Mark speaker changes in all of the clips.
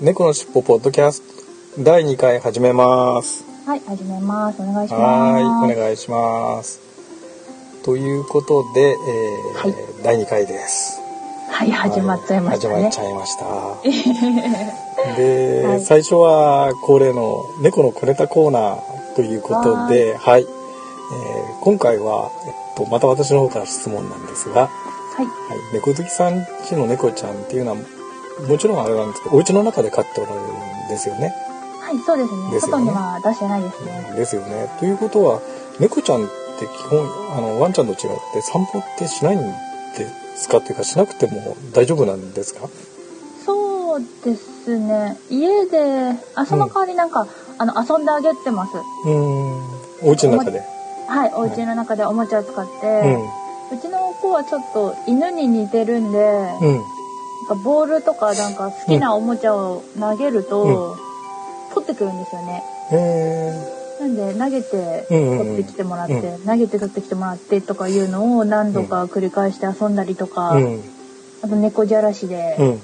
Speaker 1: 猫のしっぽポッドキャスト第2回始めます。
Speaker 2: はい始めますお願いします
Speaker 1: はーい、お願いします。ということで、えー
Speaker 2: はい
Speaker 1: 第2回です。
Speaker 2: はい始まっちゃいました
Speaker 1: 始ま
Speaker 2: ね
Speaker 1: っちゃいました。で、最初は恒例の猫のこれたコーナーということで、はい、えー今回は、えっと、また私の方から質問なんですが、
Speaker 2: はい
Speaker 1: はい、猫好きさんちの猫ちゃんっていうのは、もちろんあれなんですけど、お家の中で飼っておられるんですよね。
Speaker 2: はいそうですね
Speaker 1: ですよ
Speaker 2: 外
Speaker 1: ね
Speaker 2: には出してないですね
Speaker 1: ですよね。ということは、猫ちゃんって基本、あの、ワンちゃんと違って散歩ってしないんですかっていうか、しなくても大丈夫なんですか
Speaker 2: そうですね家であその代わりなんか、あの遊んであげてます
Speaker 1: うーん。お家の中で。
Speaker 2: はいお家の中でおもちゃを使って、
Speaker 1: う
Speaker 2: うちの子はちょっと犬に似てるんで、なん
Speaker 1: ん。うん。
Speaker 2: かボールとかなんか好きなおもちゃを投げると、取ってくるんですよね。
Speaker 1: え
Speaker 2: なんで投げて
Speaker 1: うんうんうん
Speaker 2: 取ってきてもらって、
Speaker 1: う
Speaker 2: 投げて取ってきてもらってとかいうのを何度か繰り返して遊んだりとか、
Speaker 1: ー。うん。
Speaker 2: あと猫じゃらしで
Speaker 1: うん。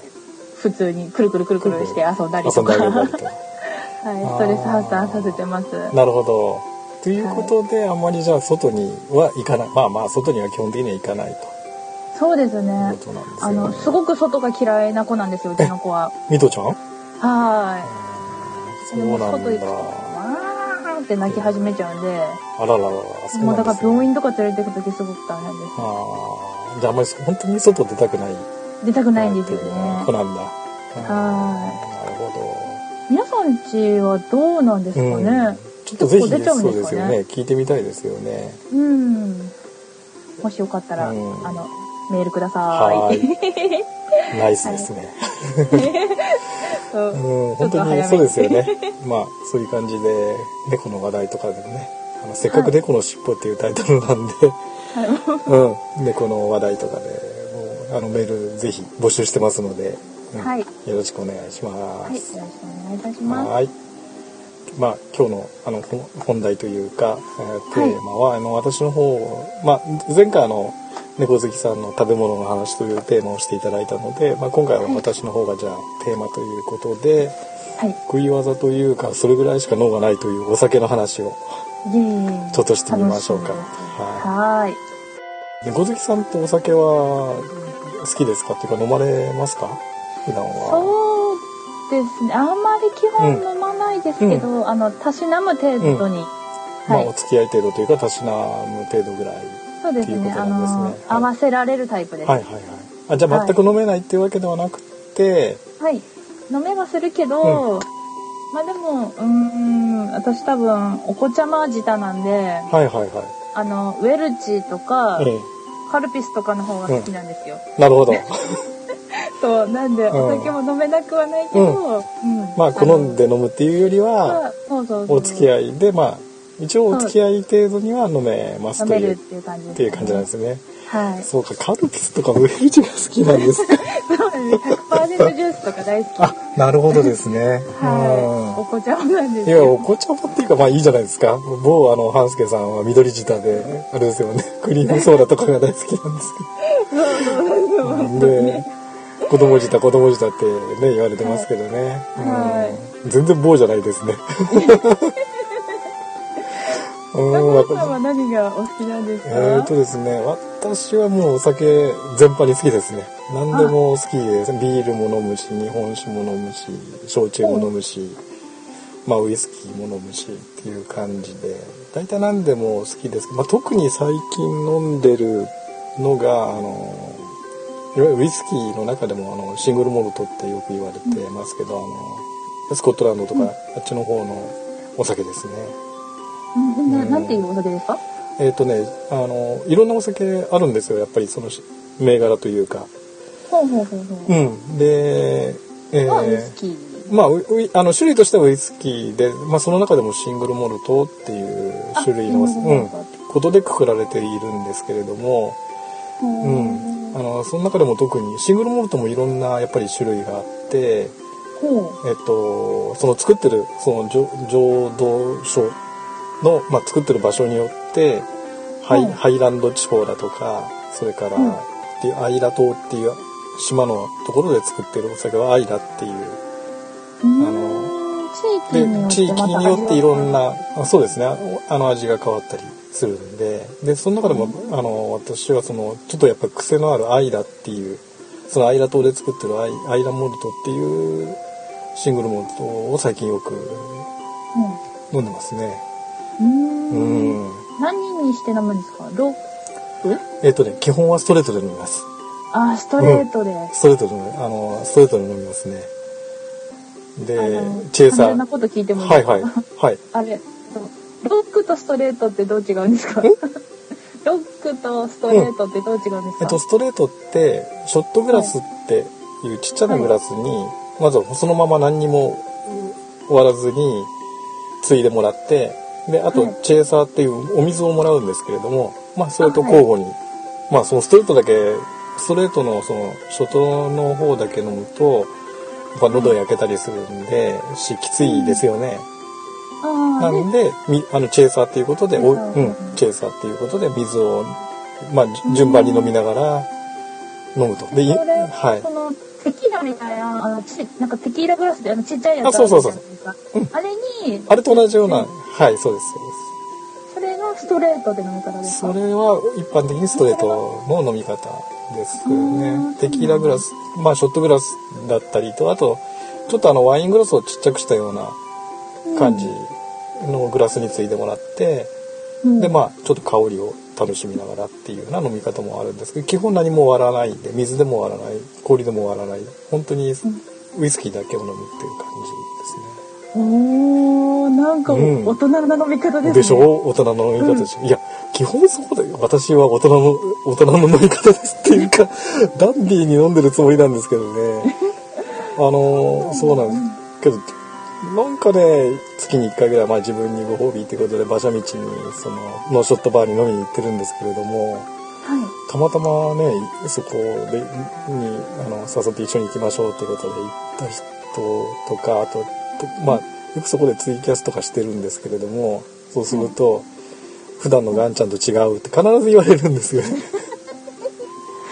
Speaker 2: 普通にくるくるくるくるして遊んだり
Speaker 1: 遊
Speaker 2: と
Speaker 1: ん
Speaker 2: か、
Speaker 1: であげ
Speaker 2: は
Speaker 1: た
Speaker 2: い、
Speaker 1: り
Speaker 2: ス
Speaker 1: と。
Speaker 2: トレス発散させてます。
Speaker 1: なるほど。ということで、あんまりじゃあ外には行かない。まあまあ、外には基本的には行かない
Speaker 2: そうです
Speaker 1: とい
Speaker 2: ね
Speaker 1: う。ことなんですよ、
Speaker 2: あ
Speaker 1: ね。
Speaker 2: の、すごく外が嫌いな子なんですよ、うちの子 は。
Speaker 1: ミトちゃん
Speaker 2: は
Speaker 1: そ
Speaker 2: い。でも
Speaker 1: うな
Speaker 2: 外行
Speaker 1: ん
Speaker 2: くと、
Speaker 1: だ。
Speaker 2: わーって泣き始めちゃうんで、
Speaker 1: あらららら。そう
Speaker 2: もう
Speaker 1: なん
Speaker 2: だ
Speaker 1: で
Speaker 2: から
Speaker 1: すね
Speaker 2: 病院とか連れてくときすごく大変で
Speaker 1: ああ、じゃああんまり本当に外出たくない。
Speaker 2: す。出たくないんですよね。
Speaker 1: 子なんだ。
Speaker 2: は
Speaker 1: あーなるほ
Speaker 2: 皆さんちはどうなんですか
Speaker 1: ど。うん
Speaker 2: ね。
Speaker 1: ちょっとぜひ、
Speaker 2: 結構出ちゃうん
Speaker 1: そ
Speaker 2: で
Speaker 1: う
Speaker 2: す
Speaker 1: で
Speaker 2: かね
Speaker 1: すよね。聞いてみたいですよね。
Speaker 2: うん。もしよかったら、あ
Speaker 1: うん
Speaker 2: の、メールくださ。
Speaker 1: はいー い。ナイスですね。
Speaker 2: うん
Speaker 1: うん、
Speaker 2: ちょ
Speaker 1: 本
Speaker 2: っと
Speaker 1: 当
Speaker 2: 早め
Speaker 1: に
Speaker 2: に
Speaker 1: そうですよね。まあ、そういう感じで、猫の話題とかでもね。あのせっかく
Speaker 2: はい
Speaker 1: 猫の尻尾っていうタイトルなんで、うん、猫の話題とかで、もうあのメールぜひ募集してますので、うん
Speaker 2: はい
Speaker 1: よろしくお願いしま
Speaker 2: はい、よろ
Speaker 1: す
Speaker 2: し。くお願いいたしま
Speaker 1: はい。まあ今日のあのほん本題というか、えーテーマは、あの私の方まあ前回あの猫好きさんの食べ物の話というテーマをしていただいたので、まあ今回は私の方がじゃあテーマということで、
Speaker 2: す。はい、
Speaker 1: 食い技というかそれぐらいしか脳がないというお酒の話を
Speaker 2: イェーイ。
Speaker 1: ちょっとしてみましょうか。
Speaker 2: 楽みです
Speaker 1: は
Speaker 2: はい。
Speaker 1: い。猫好きさんとお酒は好きですかっていうか飲まれますか？普段は。
Speaker 2: そうですね。あんまり基
Speaker 1: う
Speaker 2: 本飲まないですけど、あの、たしなむ程度に。
Speaker 1: まあ
Speaker 2: はい
Speaker 1: お付き合い程度というかたしなむ程度ぐらい。
Speaker 2: そうです
Speaker 1: っていう
Speaker 2: ね。
Speaker 1: こと
Speaker 2: あ
Speaker 1: なんですね
Speaker 2: の、
Speaker 1: はい
Speaker 2: 合わせられるタイプです。
Speaker 1: は
Speaker 2: はいい。
Speaker 1: はいはい。あじゃあ全く飲めないっていうわけではなくて、
Speaker 2: 飲めはするけど、まあでも、うーん、私多分、お子ちゃま舌なんで、
Speaker 1: はい、はいはい
Speaker 2: あの、ウェルチとか、
Speaker 1: え
Speaker 2: カルピスとかの方が好きなんですよ。
Speaker 1: えなる ほど。
Speaker 2: そう、なんで、
Speaker 1: ん
Speaker 2: お酒も飲めなくはないけど、うん。
Speaker 1: まあ好ん
Speaker 2: で
Speaker 1: で飲むっていうよりは、
Speaker 2: そうそうそう。
Speaker 1: お付き
Speaker 2: い
Speaker 1: 合いでまあ一応お付き合い程度には飲めます
Speaker 2: 飲
Speaker 1: と
Speaker 2: め
Speaker 1: い
Speaker 2: る
Speaker 1: う
Speaker 2: っ。ていう感じです、
Speaker 1: っていう感じなんですね。
Speaker 2: はい。
Speaker 1: そうか、カルピスとかウェルチが好きなんですか。
Speaker 2: そうなんです。100%ジュースとか大好き。
Speaker 1: あ、なるほどですね。
Speaker 2: はい。お子ちゃまなんで
Speaker 1: うん。い
Speaker 2: す
Speaker 1: や、
Speaker 2: よ。
Speaker 1: お子ちゃまっていうか、まあいいじゃないですか。某あの、半助さんは緑舌で、あれですよ ね、クリームソーダとかが大好きなんですけど。で、子供舌子供舌ってね言われてますけどね、
Speaker 2: は
Speaker 1: うん全然棒じゃないですね うんわ
Speaker 2: お子さん
Speaker 1: か
Speaker 2: は何がお好きなんです
Speaker 1: え
Speaker 2: か、
Speaker 1: ーとですね私はもうお酒全般に好きですね何でも好きですビールも飲むし日本酒も飲むし焼酎も飲むし、まあ、ウイスキーも飲むしっていう感じで大体何でも好きですけど、まあ、特に最近飲んでるのがあのいわゆるウイスキーの中でもあのシングルモルトってよく言われてますけど、あのスコットランドとか、あっちの方のお酒ですね。
Speaker 2: うんななんていうお酒ですか
Speaker 1: えっ、とねあのいろんなお酒あるんですよやっぱりそのし銘柄というか。
Speaker 2: ほうほうほうほう。
Speaker 1: うん、で、えー
Speaker 2: はウイスキー。
Speaker 1: まあウイウイあの種類としてはウイスキーで、まあ、その中でもシングルモルトっていう種類の、
Speaker 3: あシングルモルト
Speaker 1: うん、ことでくくられているんですけれども、
Speaker 3: う。
Speaker 1: うんん、あのその中でも特にシングルモルトもいろんなやっぱり種類があって、
Speaker 3: ほう。
Speaker 1: えっと、その作ってるその浄浄土所の、まあ、作ってる場所によってハイ,、
Speaker 3: うん
Speaker 1: ハイランド地方だとかそれから、
Speaker 3: うん
Speaker 1: っていうアイラ島っていう島のところで作ってるお酒はアイラっていう
Speaker 3: う
Speaker 1: あ
Speaker 3: ん。
Speaker 1: の
Speaker 3: 地域によ
Speaker 1: で
Speaker 3: って
Speaker 1: 地域によっていろん
Speaker 3: な。
Speaker 1: なあそうですねああの味が変わったりするんででその中でも、あの私はそのちょっとやっぱ癖のあるアイラっていうそのアイラ島で作ってるアイアイラモルトっていうシングルモルトを最近よく飲んでますね。
Speaker 3: うん。
Speaker 1: う
Speaker 3: うん
Speaker 1: ん。
Speaker 3: 何人にして飲むんですかロ
Speaker 1: えっとね基本はストレートで飲みます。
Speaker 3: あー、ストレートで。
Speaker 1: ストレートで飲むあのストレートで飲みますね。で
Speaker 3: あの
Speaker 1: チェイサ
Speaker 3: 簡単な
Speaker 1: ー
Speaker 3: こと聞いてもいいで
Speaker 1: は
Speaker 3: す
Speaker 1: い
Speaker 3: か
Speaker 1: はいはい。
Speaker 3: あれ、そうロックとストレートってどう違うんですか ロックとストレートってどう違うんですか、
Speaker 1: えっと、ストレートってショットグラスっていうちっちゃなグラスに、まずはそのまま何にも割らずについでもらってであと
Speaker 3: はい
Speaker 1: チェーサーっていうお水をもらうんですけれども、まあ、それと
Speaker 3: あはい
Speaker 1: 交互に、まあそのストレートだけストレートのそのショットの方だけ飲むとやっぱ喉焼けたりするんで、しきついですよね。
Speaker 3: あ
Speaker 1: な
Speaker 3: ー
Speaker 1: んで、みあの、チェイサーっていうことで、おう
Speaker 3: チェイサー
Speaker 1: ん、チェイサーっていうことで、水を、まあ、じ順番に飲みながら、飲むと。で、い
Speaker 3: で、これ、
Speaker 1: はい
Speaker 3: そ。の、テキーラみたいな、あの、ち、なんかテキーラグラスで、あの、ちっちゃいやつ
Speaker 1: あそうそうそう
Speaker 3: あるじゃないですかあれに、
Speaker 1: あれと同じような、
Speaker 3: うん
Speaker 1: はい、そうです、そう
Speaker 3: それがストレートで飲み方で
Speaker 1: です。
Speaker 3: す
Speaker 1: そ
Speaker 3: か
Speaker 1: れは、一般的にストレートの飲み方です
Speaker 3: あ
Speaker 1: ね
Speaker 3: ー。
Speaker 1: テキーラグラス、まあ、ショットグラスだったりと、あと、ちょっとあの、ワイングラスをちっちゃくしたような感じのグラスについてもらって、
Speaker 3: うん
Speaker 1: でまあちょっと香りを楽しみながらっていうような飲み方もあるんですけど基本何も割らないんで水でも割らない氷でも割らない本当にウイスキーだけを飲むっていう感
Speaker 3: おー、なんか
Speaker 1: うん
Speaker 3: 大人の飲み方ですね。
Speaker 1: じですね。でしょ大人の飲み方でしょ、いや基本そうだよ私は大人の大人の飲み方ですっていうか ダンディーに飲んでるつもりなんですけどねあのーそうなんですけどなんかね月に1回ぐらい、まあ、自分にご褒美ってことで馬車道にそのノーショットバーに飲みに行ってるんですけれども。
Speaker 3: は
Speaker 1: たまたまねそこでにあの誘って一緒に行きましょうってことで行った人とかあととまあよくそこでツイキャスとかしてるんですけれどもそうすると、普段のガンちゃんと違うって必ず言われるんですよね。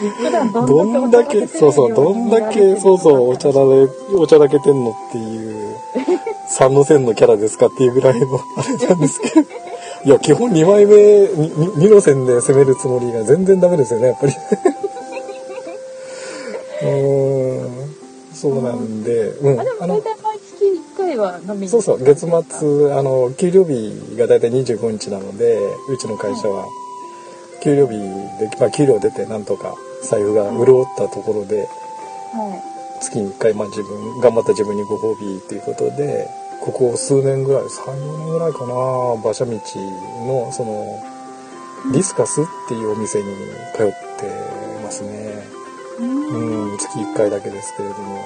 Speaker 3: い。普段
Speaker 1: どんだけそうそうどんだけそうそうおちゃられおちゃらけてんのっていう三の線のキャラですかっていうぐらいのあれなんですけどいや基本2枚目にに二の線で攻めるつもりが全然ダメですよねやっぱりうーんそうなんでうん
Speaker 3: あ、でも大体毎月1回は飲みに
Speaker 1: そうそう月末あの給料日が大体25日なのでうちの会社は、給料日で、まあ、給料出てなんとか財布が潤ったところで
Speaker 3: は
Speaker 1: 月に1回、まあ、自分頑張った自分にご褒美ということでここ数年ぐらい34年ぐらいかな馬車道のそのディスカスっていうお店に通ってますね
Speaker 3: い。うん
Speaker 1: うん月1回だけですけれども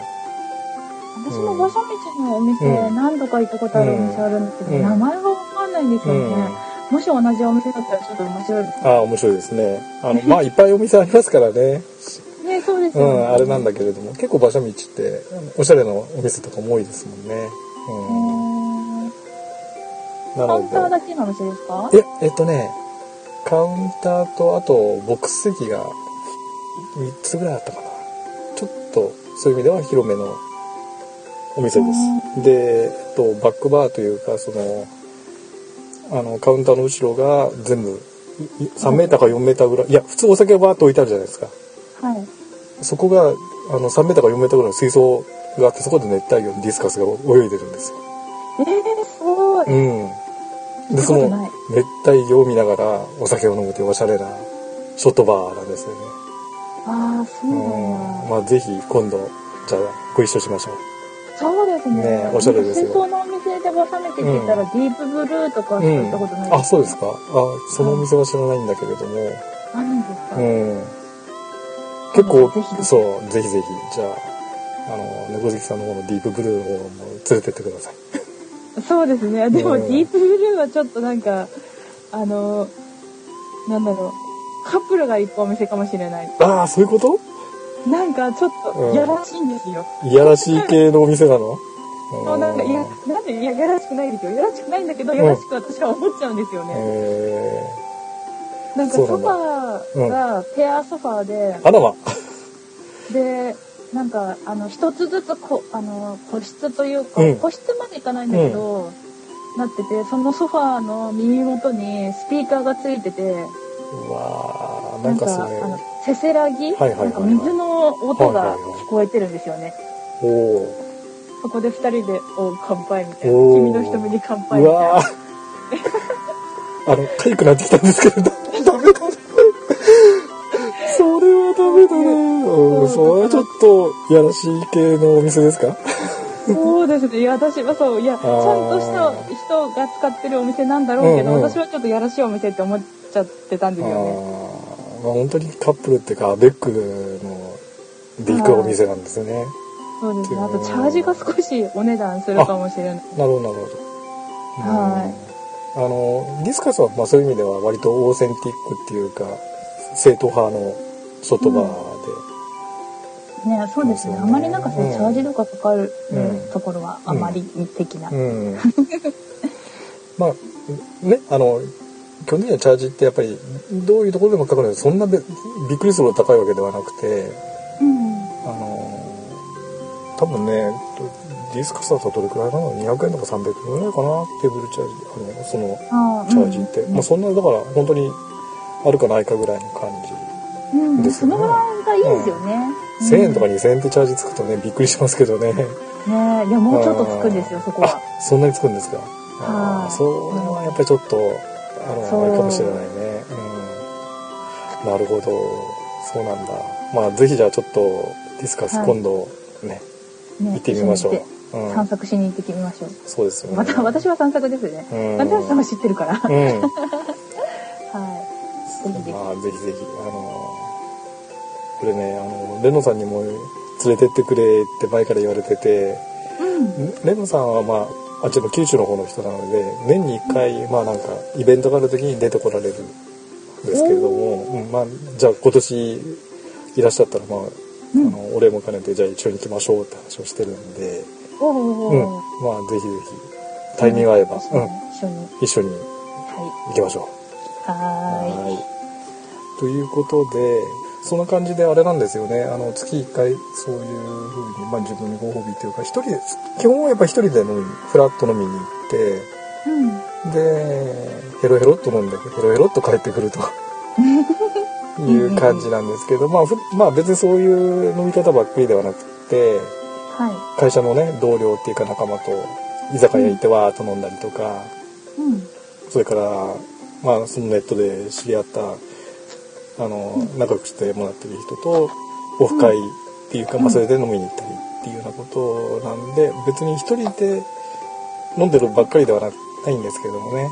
Speaker 3: 私も馬車道のお店、
Speaker 1: うん
Speaker 3: 何度か行ったことあるお店あるんですけど、
Speaker 1: うん
Speaker 3: 名前がわかんないんですよね、もし同じお店だったらちょっと面白いで
Speaker 1: ああ面白いですねあのまあいっぱいお店ありますからね
Speaker 3: すねそうです
Speaker 1: う
Speaker 3: よね、
Speaker 1: ん、あれなんだけれども結構馬車道っておしゃれなお店とかも多いですもんね。
Speaker 3: へ
Speaker 1: うん、
Speaker 3: ー
Speaker 1: な
Speaker 3: カウンター
Speaker 1: の
Speaker 3: だけのお店ですか
Speaker 1: でいやえっとねカウンターとあとボックス席が3つぐらいあったかなちょっとそういう意味では広めのお店です。で、えっと、バックバーというかそのあのカウンターの後ろが全部3メーターか4メーターぐらいいや普通お酒はバーッと置いてあるじゃないですか。
Speaker 3: はい
Speaker 1: そこがあの3メーターか4メーターぐらいの水槽があってそこで熱帯魚のディスカスが泳いでるんですよ。
Speaker 3: えー、すごい、
Speaker 1: うん。で
Speaker 3: そ
Speaker 1: そ
Speaker 3: んなこと
Speaker 1: の
Speaker 3: ない
Speaker 1: 熱帯魚を見ながらお酒を飲むというおしゃれなショットバーなんですよね。
Speaker 3: ああそう
Speaker 1: う
Speaker 3: なん
Speaker 1: ん。
Speaker 3: だ、
Speaker 1: まあぜひ今度じゃあご一緒しましょう。
Speaker 3: そうですね
Speaker 1: ねおしゃれですよ
Speaker 3: 水槽のお店で馬車道って言ったら、ディープブルーとかしか行ったことない、
Speaker 1: あそうですか。あそのお店は知らないんだけれども。
Speaker 3: あるんですか、
Speaker 1: うん。結構
Speaker 3: ぜひぜひ
Speaker 1: そうぜひぜひじゃああの猫好きさんの方のディープブルーの方も連れてってください
Speaker 2: そうですね。でも、
Speaker 1: う
Speaker 2: デ
Speaker 1: ん
Speaker 2: ィープブルーはちょっとなんか、あの、なんだろう。カップルが行くお店かもしれない。
Speaker 1: ああそういうこと
Speaker 2: なんか、ちょっ
Speaker 1: う
Speaker 2: と、
Speaker 1: ん
Speaker 2: やらしいんですよ。
Speaker 1: いやらしい系のお店なの
Speaker 2: もうなんか、いや、なんで、いや、やらしくないですよ。やらしくないんだけど、やらしく私は思っちゃうんですよね。
Speaker 1: え
Speaker 2: なんか、
Speaker 1: そう
Speaker 2: ソフ
Speaker 1: な
Speaker 2: ァー
Speaker 1: んだ
Speaker 2: が、ペアソファーで、
Speaker 1: ー、あらま
Speaker 2: で、なんか、あの、一つずつこ、あの、個室というか、
Speaker 1: うん
Speaker 2: 個室まで行かないんだけど、なってて、そのソファーの耳元にスピーカーがついてて、
Speaker 1: うわーな
Speaker 2: な
Speaker 1: んん
Speaker 2: か
Speaker 1: かそ
Speaker 2: あの
Speaker 1: れ
Speaker 2: せせらぎ、
Speaker 1: はいはいはいはい
Speaker 2: なんか水の音が聞こえてるんですよね。
Speaker 1: おお
Speaker 2: そこで二人でお乾杯みたいな
Speaker 1: おー
Speaker 2: 君の瞳に乾杯
Speaker 1: う
Speaker 2: みたい
Speaker 1: わ
Speaker 2: な。
Speaker 1: ーあのかゆくなってきたんですけど だダメだなそれはダメだなうんそれはちょっといやらしい系のお店ですか
Speaker 2: そうですね。いや私はそういやちゃんと
Speaker 1: あ
Speaker 2: した人が使ってるお店なんだろうけど、
Speaker 1: うんうん
Speaker 2: 私はちょっとやらしいお店って思っちゃってたんですよね。
Speaker 1: あーまあ本当にカップルっていうかアベックのビッグお店なんですよね
Speaker 2: そうですね。あとチャージが少しお値段するかもしれない。
Speaker 1: なるほどなるほど
Speaker 2: はい
Speaker 1: あのディスカスは、まあ、そういう意味では割とオーセンティックっていうか正統派の外場で、
Speaker 2: ねそ
Speaker 1: そ
Speaker 2: うですね。
Speaker 1: うですよね
Speaker 2: あまりなんかその
Speaker 1: うん
Speaker 2: チャージとかかかる
Speaker 1: うん
Speaker 2: ところはあまり的な。
Speaker 1: うん、まあねあの基本的にはチャージってやっぱりどういうところでもかかるんですそんなべびっくりするほど高いわけではなくて
Speaker 2: うん
Speaker 1: あの多分ねディスカスだとどれくらいなの200円とか300円ぐらいかなテーブルチャージあのその
Speaker 2: あー
Speaker 1: チャージって、まあ、そんなだから本当にあるかないかぐらいの感じ、
Speaker 2: うん
Speaker 1: です
Speaker 2: そ
Speaker 1: よね
Speaker 2: のぐらいがいいですよね。うん
Speaker 1: 1000円とか2000円ってチャージつくとねびっくりしますけどね
Speaker 2: ねえ、いや、もうちょっとつくんですよ、そこは。
Speaker 1: あそんなにつくんですかあ
Speaker 2: はい
Speaker 1: あそれはやっぱりちょっとあ
Speaker 2: そう
Speaker 1: のあれかもしれないねうんなるほどそうなんだまあぜひじゃあちょっとディスカス
Speaker 2: はい
Speaker 1: 今度ね、
Speaker 2: ね、
Speaker 1: 行ってみましょ
Speaker 2: 一緒に
Speaker 1: う、うん
Speaker 2: 行って散、策しに行ってきましょう。
Speaker 1: そうですよね
Speaker 2: また、私は散策ですね。
Speaker 1: うん
Speaker 2: 私は知ってる から。は
Speaker 1: うん
Speaker 2: い。ぜひぜひ。
Speaker 1: まあぜひぜひあのこれねあのレノさんにも連れてってくれって前から言われてて
Speaker 2: うん。
Speaker 1: レノさんはまああっちの九州の方の人なので年に1回まあなんかイベントがある時に出てこられるんですけれども、うんまあ、じゃあ今年いらっしゃったらまあ,、
Speaker 2: うん
Speaker 1: あのお礼も兼ねてじゃあ一緒に行きましょうって話をしてるんで、
Speaker 2: おうお
Speaker 1: うん
Speaker 2: うおう
Speaker 1: まあぜひぜひタイミング合えば、
Speaker 2: 一
Speaker 1: うん、
Speaker 2: 緒に。
Speaker 1: 一緒に
Speaker 2: は
Speaker 1: 行きましょう。
Speaker 2: い。は
Speaker 1: はい。ということで、そんな感じであれなんですよね。あの、月1回そういう風に、まあ自分のご褒美というか、一人で、基本はやっぱ一人で飲み、フラッと飲みに行って、
Speaker 2: い。うん。
Speaker 1: で、ヘロヘロっと飲んで、ヘロヘロっと帰ってくると。いう感じなんですけど、まあ、ふまあ別にそういう飲み方ばっかりではなくて、
Speaker 2: は
Speaker 1: 会社のね、同僚っていうか仲間と居酒屋行ってわーっと飲んだりとか、
Speaker 2: い。うん。
Speaker 1: それから、まあ、そのネットで知り合った、あの、仲良くしてもらってる人と、オフ会っていうか、まあ、それで飲みに行ったりっていうようなことなんで、別に一人で飲んでるばっかりではなないんですけどもね。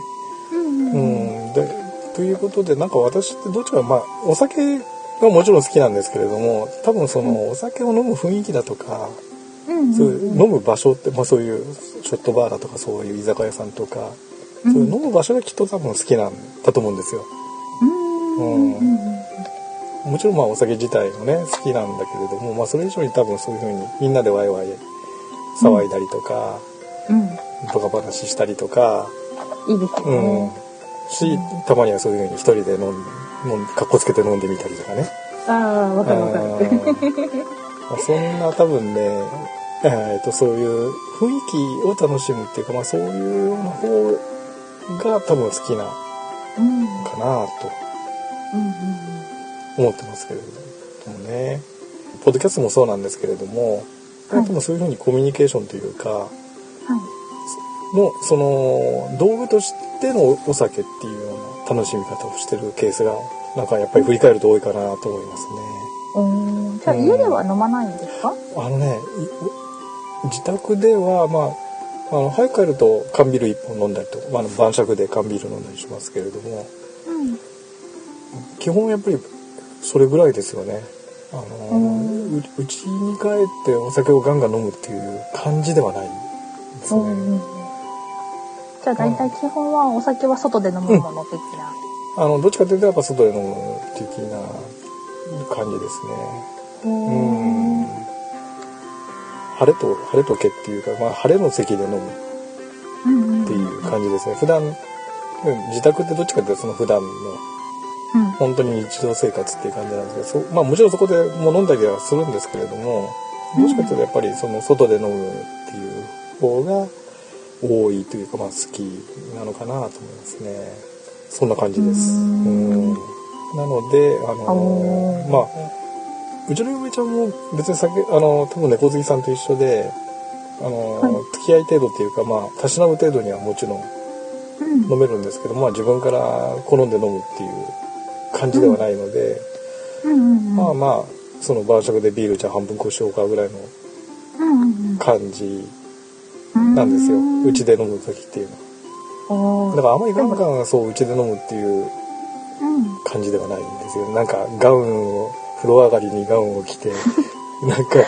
Speaker 2: うん
Speaker 1: う
Speaker 2: うん。
Speaker 1: ん。で、ということで、なんか私ってどっちか、まあ、お酒がもちろん好きなんですけれども、多分その、お酒を飲む雰囲気だとか、
Speaker 2: うん。
Speaker 1: そういう飲む場所って、まあ、そういうショットバーだとかそういう居酒屋さんとか、そういう飲む場所がきっと多分好きなんだと思うんですよ。
Speaker 2: うん。うん。
Speaker 1: もちろんまあお酒自体もね好きなんだけれども、まあ、それ以上に多分そういう風にみんなでワイワイ騒いだりとか、
Speaker 2: うん。
Speaker 1: バカ話したりとか、
Speaker 2: いいですよ
Speaker 1: うん
Speaker 2: ね。
Speaker 1: したまにはそういう風に一人で飲ん飲んかっこつけて飲んでみたりとかね。
Speaker 2: ああ、わかるわかる。
Speaker 1: まあそんな多分ね、えー、とそういう雰囲気を楽しむっていうか、まあ、そういうような方が多分好きなの
Speaker 2: うん。うん。
Speaker 1: かなと
Speaker 2: うん。
Speaker 1: 思ってますけれどもねポッドキャストもそうなんですけれども、
Speaker 2: はい
Speaker 1: でもそういうふうにコミュニケーションというか
Speaker 2: はい。
Speaker 1: のその道具としてのお酒っていうような楽しみ方をしてるケースがなんかやっぱり振り返ると多いかなと思いますね。
Speaker 2: おーじゃあ家では飲まないんですか？
Speaker 1: あのねい自宅ではまああの早く帰ると缶ビール1本飲んだりとか、まああの、晩酌で缶ビール飲んだりしますけれども
Speaker 2: うん。
Speaker 1: 基本やっぱりそれぐらいですよね。あの
Speaker 2: うん
Speaker 1: ううちに帰ってお酒をガンガン飲むっていう感じではないです
Speaker 3: うん
Speaker 1: ね。
Speaker 3: うんじゃあ大体基本はお酒は外で飲むもの的な。
Speaker 1: あの、どっちかというとやっぱ外で飲む的な感じですね。うん。晴れと、晴れとけっていうか、まあ晴れの席で飲む
Speaker 3: うんうん
Speaker 1: っていう感じですね。普段、うん自宅ってどっちかというとその普段の
Speaker 3: うん
Speaker 1: 本当に日常生活っていう感じなんですけど、そまあもちろんそこでもう飲んだりはするんですけれども、どっちかというとやっぱりその外で飲むっていう方が多いというか、まあ好きなのかなと思いますね。そんな感じです。うんなので、あの、まあ、うちの嫁ちゃんも別に酒あの多分猫好きさんと一緒であの、付き合い程度っていうかまあたしなむ程度にはもちろん飲めるんですけど、まあ自分から好んで飲むっていう感じではないので、まあまあその晩酌でビールじゃあ半分こうしようかぐらいの感じなんですようちで飲む時っていうのはだからあまりガンガンそううちで飲むっていう感じではないんですよなんかガウンを風呂上がりにガウンを着て なんか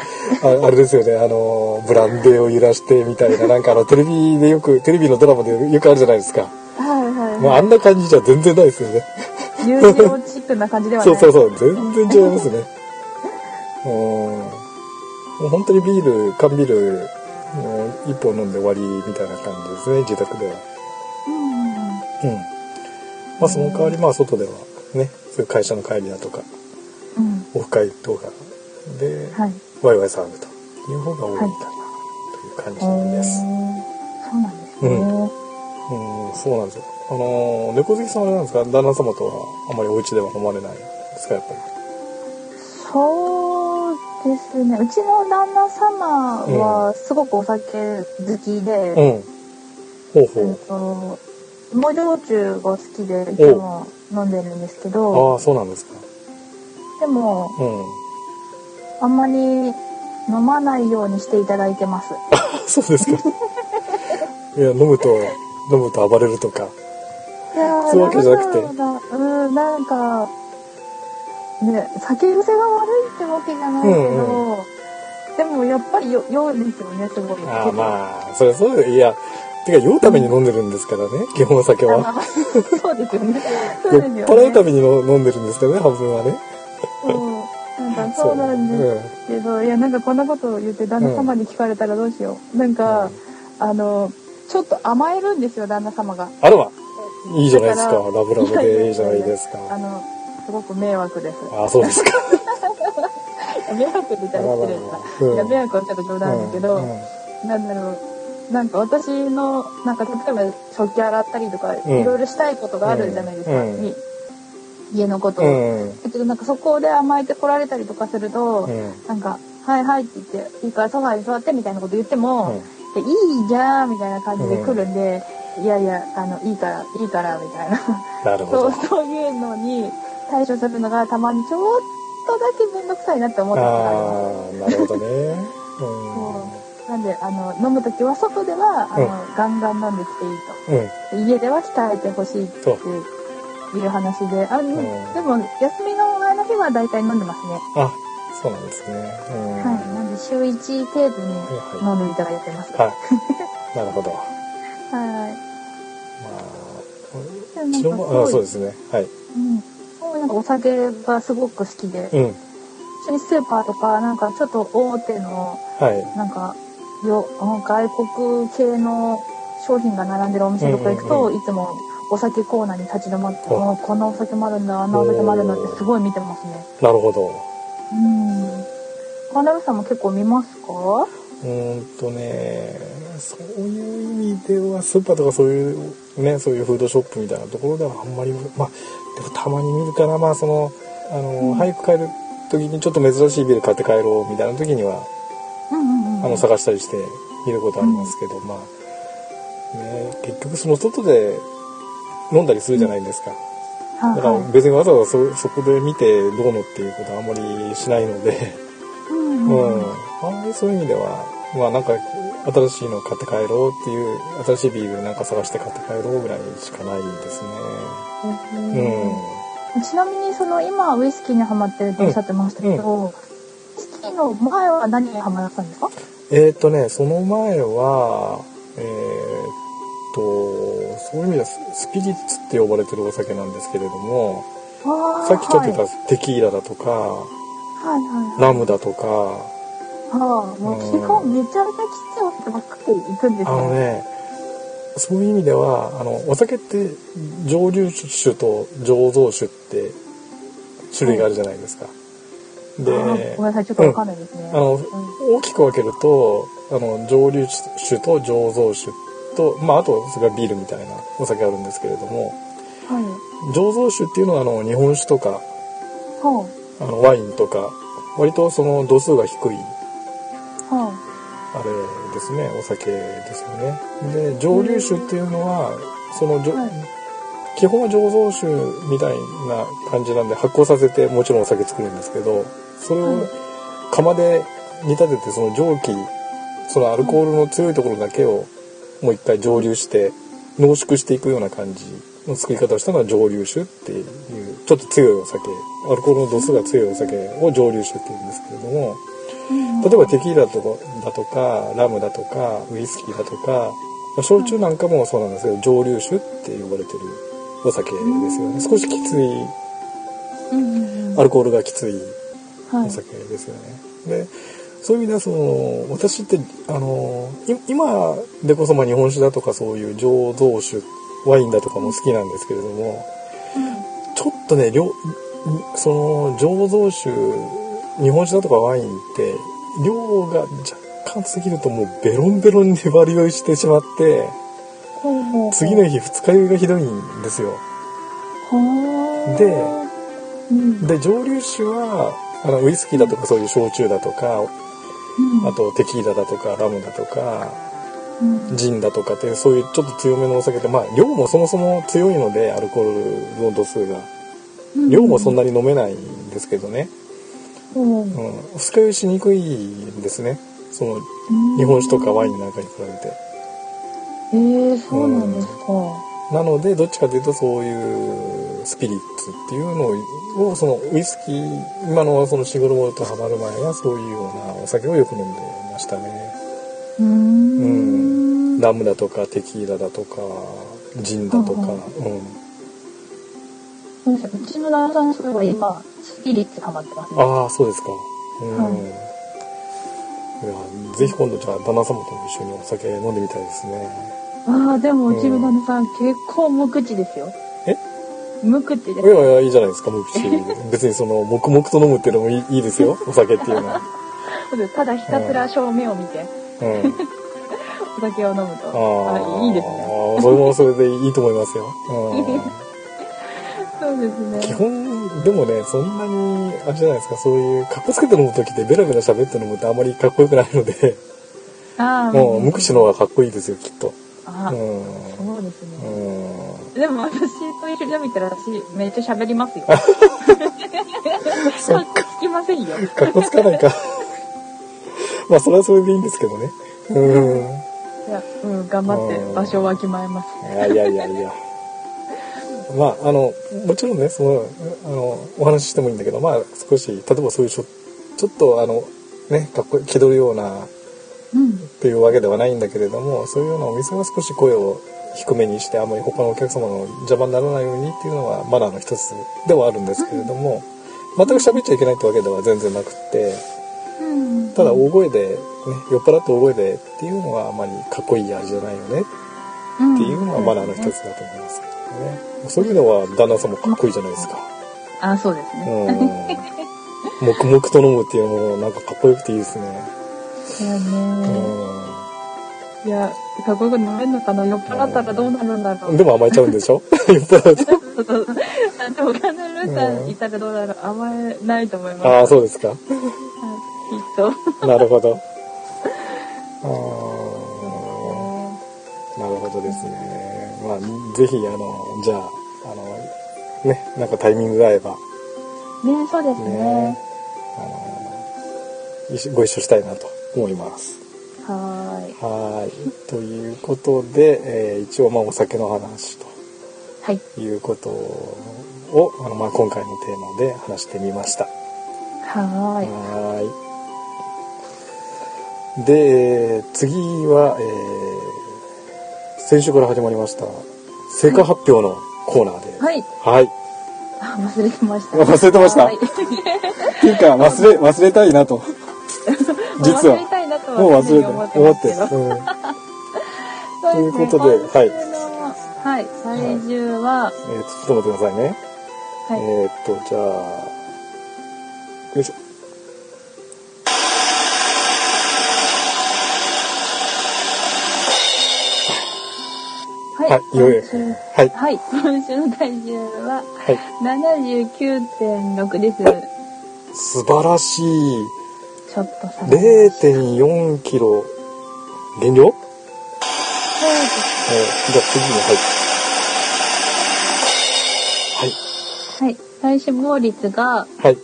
Speaker 1: ああれですよねあのブランデーを揺らしてみたいななんかあのテレビでよくテレビのドラマでよくあるじゃないですか、もうあんな感じじゃ全然ないですよね
Speaker 2: 友情チックな感じではな
Speaker 1: そ
Speaker 2: い。
Speaker 1: うそうそう全然違います ねうんもう本当にビール缶ビールもう一本飲んで終わりみたいな感じですね自宅ではうんまあその代わりまあ外ではねそういう会社の帰りだとかオフ会とかで、
Speaker 2: はい。
Speaker 1: ワイワイ騒ぐという方が多いかなという感じです。
Speaker 2: そうなんですね。
Speaker 1: うん、そうなんですよ。あのー、猫好きさんはあれなんですか旦那様とはあまりお家では飲まれないですかやっぱり。
Speaker 2: そうですね。うちの旦那様はすごくお酒好きで、
Speaker 1: うん。ほう
Speaker 2: えっ
Speaker 1: ほ
Speaker 2: と、芋焼酎が好きで、いつも飲んでるんですけ
Speaker 1: う。
Speaker 2: ど、
Speaker 1: ああ、そうなんですか。
Speaker 2: でも、
Speaker 1: うん。
Speaker 2: あんまり飲まないようにしていただいてます。
Speaker 1: そうです か。いや、飲むと、飲むと暴れるとか。
Speaker 2: いやー
Speaker 1: そういうわけじゃなくて
Speaker 2: んだろうなうん、なんか、ね、酒癖が悪いってわけじゃないけど、
Speaker 1: うん
Speaker 2: でもやっぱりよ酔うんですよね、すごい。
Speaker 1: ああ、まあ、それそうで、いや、てか酔うために飲んでるんですからね、基本お酒
Speaker 2: あ
Speaker 1: は。
Speaker 2: まあ そうですよね。そ
Speaker 1: 酔
Speaker 2: う
Speaker 1: っ
Speaker 2: ですよね。
Speaker 1: 払うためにの飲んでるんですけどね、半分はね。
Speaker 2: そうなんかそうなんです
Speaker 1: うん
Speaker 2: けど、いやなんかこんなことを言って旦那様に聞かれたらどうしよう、なんか、あのちょっと甘えるんですよ旦那様が
Speaker 1: あらま、いいじゃないですか。
Speaker 2: だ
Speaker 1: ラ
Speaker 2: から
Speaker 1: ブラブでいいじゃないです
Speaker 2: あ
Speaker 1: か。
Speaker 2: のすごく迷惑です
Speaker 1: あ、そうですか。
Speaker 2: 迷惑って言ったら失礼だな、
Speaker 1: うん
Speaker 2: いや迷惑はちょっと冗談だけど、
Speaker 1: うんうん
Speaker 2: なんだろうなんか私のなんか例えば食器洗ったりとか、
Speaker 1: うん
Speaker 2: いろいろしたいことがあるじゃないですか、
Speaker 1: うん
Speaker 2: に家のことを、
Speaker 1: うん。
Speaker 2: だけどなんかそこで甘えてこられたりとかすると、
Speaker 1: うん
Speaker 2: なんか「はいはい」って言って「いいからソファに座って」みたいなこと言っても「でいいじゃん」みたいな感じで来るんで「いやいやあのいいからいいから」みたいな
Speaker 1: なるほ
Speaker 2: そう
Speaker 1: ど。
Speaker 2: そういうのに対処するのがたまにちょっとだけ面倒くさいなって思ったことがあり
Speaker 1: あ
Speaker 2: ます。
Speaker 1: あ、なるほどね。う
Speaker 2: なんであの飲む時は外ではあの、ガンガン飲んできていい
Speaker 1: ん。うん。
Speaker 2: と家では控えてほしいって
Speaker 1: そう
Speaker 2: いう話であ、
Speaker 1: ん
Speaker 2: でも休みの前の日は大体飲んでますね、
Speaker 1: あ、そうなんですね。うん。
Speaker 2: はいなんで週1程度に
Speaker 1: は
Speaker 2: 飲んでいただいてます
Speaker 1: い。
Speaker 2: はい、
Speaker 1: はい。なるほど。まあ、昨日も、あそ
Speaker 2: でもなんかす
Speaker 1: う
Speaker 2: ご
Speaker 1: で
Speaker 2: い
Speaker 1: すね。はい。
Speaker 2: うんそうなんかお酒がすごく好きで、
Speaker 1: うん。
Speaker 2: 普通にスーパーとかなんかちょっと大手
Speaker 1: は
Speaker 2: の
Speaker 1: い。
Speaker 2: なんかよ外国系の商品が並んでるお店とか行くと、
Speaker 1: うんう
Speaker 2: いつもお酒コーナーに立ち止まって「
Speaker 1: あ
Speaker 2: あこんなお酒もあるんだあんなお酒もあるんだ」ってすごい見てますね。
Speaker 1: なるほど。
Speaker 2: うん。カンダルさんも結構見ますか？
Speaker 1: うーんとね、そういう意味では、スーパーとかそういう、ね、そういうフードショップみたいなところではあんまり、まあ、でもたまに見るかな、まあ、その、あの、早く帰る時にちょっと珍しいビール買って帰ろうみたいな時には、
Speaker 2: うんうんうん。
Speaker 1: あの探したりして見ることありますけど、まあ、ね、結局その外で飲んだりするじゃないですか。だから
Speaker 2: は
Speaker 1: 別にわざわざそそこで見てどうのっていうことはあんまりしないので、
Speaker 2: い。うん
Speaker 1: う
Speaker 2: うん
Speaker 1: ん、あんまりそういう意味では、まあなんか新しいの買って帰ろうっていう、新しいビールなんか探して買って帰ろうぐらいしかないですね。うん。
Speaker 2: ちなみにその今ウイスキーにハマってるっておっしゃってましたけど、ウイスキキーの前は何にハマられたんですか
Speaker 1: えーっとね、その前は、えーっと、そういう意味ではススピリッツって呼ばれてるお酒なんですけれども、さっきちょっと言ったテキーラだとか、
Speaker 2: はいはいはい。
Speaker 1: ラムだとか、
Speaker 2: はあ、もう基本めちゃめちゃきついお酒ばっかり行くんです
Speaker 1: あの
Speaker 2: よ。
Speaker 1: ね、そういう意味では、あの、お酒って蒸留酒と醸造酒って種類があるじゃないですか。で、
Speaker 2: あごめんなさい、ちょっとわかんないですね。
Speaker 1: あの
Speaker 2: うん、
Speaker 1: 大きく分けると、あの、蒸留酒と醸造酒と、まあ、あと、それからビールみたいなお酒あるんですけれども、
Speaker 2: はい。
Speaker 1: 醸造酒っていうのは、あの、日本酒とか、
Speaker 2: は
Speaker 1: あの、ワインとか、割とその度数が低い、
Speaker 2: あ、は
Speaker 1: あれですね、お酒ですよね。で、蒸留酒っていうのは、その、じょ
Speaker 2: はい
Speaker 1: 基本は醸造酒みたいな感じなんで、発酵させて、もちろんお酒作るんですけど、それ
Speaker 2: は
Speaker 1: を
Speaker 2: い
Speaker 1: 釜で煮立てて、その蒸気、そのアルコールの強いところだけを、もう一回蒸留して、濃縮していくような感じの作り方をしたのは蒸留酒っていう、ちょっと強いお酒、アルコールの度数が強いお酒を蒸留酒っていうんですけれども、例えばテキーラとかだとかラムだとかウイスキーだとかまあ焼酎なんかもそうなんですけど蒸留酒って呼ばれてるお酒ですよね少しきつい
Speaker 2: い。うんうんうん。
Speaker 1: アルコールがきつい
Speaker 2: は
Speaker 1: お
Speaker 2: い。
Speaker 1: 酒ですよねでそういう意味ではその私ってあのい今でこそまあ日本酒だとかそういう醸造酒ワインだとかも好きなんですけれどもちょっとね料その醸造酒日本酒だとかワインって量が若干過ぎるともうベロンベロンに割り酔いしてしまって
Speaker 2: ほうほう
Speaker 1: 次の日二日酔いがひどいんですよ
Speaker 2: はあ
Speaker 1: で
Speaker 2: うん。
Speaker 1: で蒸留酒はあのウイスキーだとかそういう焼酎だとか
Speaker 2: うん
Speaker 1: あ、とテキーラだとかラムだとか
Speaker 2: うん
Speaker 1: ジンだとかっていうそういうちょっと強めのお酒でまあ量もそもそも強いのでアルコールの度数が量もそんなに飲めないんですけどね、
Speaker 2: うん
Speaker 1: う。ん、二日酔いしにくいんですねその日本酒とかワインなんかに比べて。
Speaker 2: えー、そうなんですか。
Speaker 1: なのでどっちかというとそういうスピリッツっていうのをそのウイスキー今のそのシングルモルトハマる前はそういうようなお酒をよく飲んでましたね。
Speaker 2: うーん。
Speaker 1: ラムだとかテキーラだとかジンだとか、
Speaker 2: うん
Speaker 1: うん
Speaker 2: そうですねうちの旦那さんもそういえば今、スピリッツハマってますね。
Speaker 1: ああそうですか。うん
Speaker 2: はい
Speaker 1: いやぜひ今度じゃあ旦那様とも一緒にお酒飲んでみたいですね。
Speaker 2: ああ、でもうちの旦那さん結構無口ですよ。
Speaker 1: え
Speaker 2: 無口で
Speaker 1: い
Speaker 2: す。
Speaker 1: やいやいいじゃないですか無口別にその黙々と飲むっていうのもいいいいですよお酒っていうのは。
Speaker 2: ただひたすら正面を見て、
Speaker 1: うん
Speaker 2: お酒を飲むと。
Speaker 1: ああ
Speaker 2: あいいですね。
Speaker 1: それもそれでいいと思いますよ。うん
Speaker 2: そうですね。
Speaker 1: 基本でもねそんなにあれじゃないですかそういうかっこつけて飲む時ってベラベラ喋って飲むってあんまりかっこよくないので、
Speaker 2: ああ、
Speaker 1: もう無口の方がかっこいいですよきっと。
Speaker 2: あ
Speaker 1: う
Speaker 2: ー
Speaker 1: ん
Speaker 2: そうですね。
Speaker 1: うん
Speaker 2: でも私と一緒に見たら私めっちゃ喋り ますよ。
Speaker 1: そっ
Speaker 2: か。聞きませんよ。
Speaker 1: かっこつかないか。 まあそれはそれでいいんですけどね。うん。
Speaker 2: いや、うん、頑張っ
Speaker 1: う
Speaker 2: て
Speaker 1: ん
Speaker 2: 場所をわきまえます。
Speaker 1: いやいやいやいや。まあ、あの、もちろんね、その、あの、お話ししてもいいんだけど、まあ、少し、例えばそういうしょ、ちょっと、あの、ね、かっこいい、気取るような、
Speaker 2: うん。
Speaker 1: というわけではないんだけれども、そういうようなお店は少し声を低めにして、あまり他のお客様の邪魔にならないようにっていうのは、マナーの一つではあるんですけれども、全く喋っちゃいけないってわけでは全然なくって、
Speaker 2: うん。
Speaker 1: ただ大声で、ね、酔っ払って大声でっていうのはあまりかっこいい味じゃないよねっていうのはマナーの一つだと思いますけどね。そういうのは旦那さんもかっこいいじゃないですか。
Speaker 2: あ、そうです
Speaker 1: う
Speaker 2: ね。
Speaker 1: ん。黙々と飲むっていうのもなんかかっこよくていいですね。
Speaker 2: いや
Speaker 1: う
Speaker 2: ね。いや、かっこよく飲めるのかな酔っ払ったらどうなるんだろ
Speaker 1: ん。
Speaker 2: う。
Speaker 1: でも甘えちゃうんでしょ 酔っ払うと。
Speaker 2: ちょっと、あの他のルーさんいたらどうだろう。甘えないと思います。
Speaker 1: ああ、
Speaker 2: う。
Speaker 1: そうですか。
Speaker 2: きっと。
Speaker 1: なるほど。ああ、なるほどですね。まあ、ぜひ、あの、じゃあ、あの、ね、なんかタイミングが合えば、
Speaker 2: ね、そうです
Speaker 1: ね
Speaker 2: ね。、
Speaker 1: あの一緒ご一緒したいなと思います。
Speaker 2: はーい。
Speaker 1: はーい。ということで、えー一応まあお酒の話
Speaker 2: はい。
Speaker 1: ということを、あのまあ今回のテーマで話してみました。
Speaker 2: はーい。
Speaker 1: はーい。で、えー次は、えー先週から始まりました、成果発表のコーナーで。
Speaker 2: はい
Speaker 1: はい。
Speaker 2: あ忘れてました
Speaker 1: 忘れてました
Speaker 2: はい
Speaker 1: っていうか、忘れ、忘れたいな と。実は
Speaker 2: 忘れたいなと。は
Speaker 1: もう忘れて、
Speaker 2: 常に
Speaker 1: 思
Speaker 2: 思
Speaker 1: っ。
Speaker 2: っててますけど
Speaker 1: うん
Speaker 2: そうで
Speaker 1: と
Speaker 2: すね
Speaker 1: いうことではい
Speaker 2: 今週のはい体重は
Speaker 1: えーちょっと待ってくださいね。
Speaker 2: はい、
Speaker 1: えーっと、じゃあ、よいしょ。
Speaker 2: はい
Speaker 1: はい、ようや
Speaker 2: 今
Speaker 1: く。
Speaker 2: 週
Speaker 1: はい。
Speaker 2: はい今週の体重は
Speaker 1: はい。
Speaker 2: 79.6です
Speaker 1: 素晴らしい。
Speaker 2: ちょっと下がり
Speaker 1: 0.4キロ減量えーじゃあ次に、はい。はい。
Speaker 2: はい体脂肪率が
Speaker 1: はい。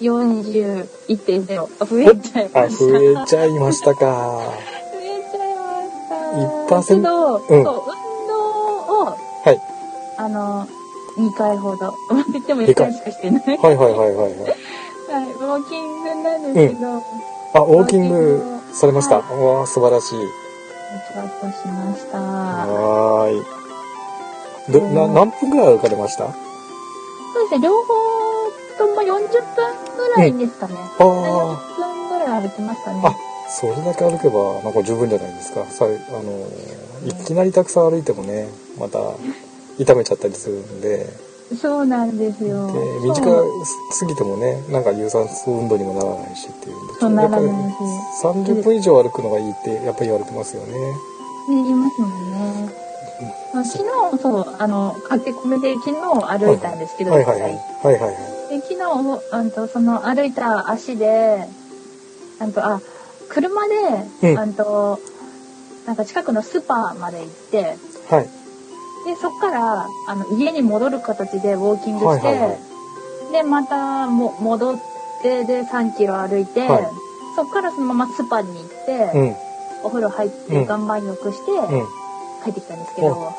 Speaker 2: 41.0あ増えちゃい
Speaker 1: あ、
Speaker 2: ました
Speaker 1: 増えちゃいましたか。
Speaker 2: 増えちゃいま
Speaker 1: 1%
Speaker 2: した。けど、
Speaker 1: ん
Speaker 2: そう運動を
Speaker 1: はい。
Speaker 2: あの2回ほど、言っても1回しかしてない。
Speaker 1: はいはいはいはいはい。
Speaker 2: はい、ウォーキングなんですけど、ち
Speaker 1: あ、ウォーキングされました。
Speaker 2: は
Speaker 1: うわあ、素晴らしい。
Speaker 2: ょっとしました。
Speaker 1: はーい。ど、な、何分ぐらい歩かれましたあ
Speaker 2: そうですね、両方とも40分ぐらいですかね。
Speaker 1: あ。
Speaker 2: 40分ぐらい歩きましたね。
Speaker 1: あ、それだけ歩けば、なんか十分じゃないですか。さ、あの、いきなりたくさん歩いてもね、また、痛めちゃったりするんで。
Speaker 2: そうなんです
Speaker 1: で
Speaker 2: よ。そう
Speaker 1: 短すぎてもねなんか有酸素運動にもならないしっていうんで
Speaker 2: そうならないし
Speaker 1: やっぱり30分以上歩くのがいいってやっぱり言われてますよね
Speaker 2: ね言いますもんね。昨日、そう、あの、駆け込みで昨日歩いたんですけど、
Speaker 1: はいはいはいはいはいはい
Speaker 2: で昨日うんとその歩いた足でうんとあ車で、
Speaker 1: うん
Speaker 2: うんとなんか近くのスーパーまで行って
Speaker 1: はい
Speaker 2: でそっからあの家に戻る形でウォーキングして、
Speaker 1: はいはいは
Speaker 2: でまたも戻ってで3キロ歩いて、
Speaker 1: はい
Speaker 2: そっからそのままスーパーに行って、
Speaker 1: うん
Speaker 2: お風呂入って、
Speaker 1: うん
Speaker 2: 岩盤浴して、
Speaker 1: うん
Speaker 2: 帰ってきたんですけど、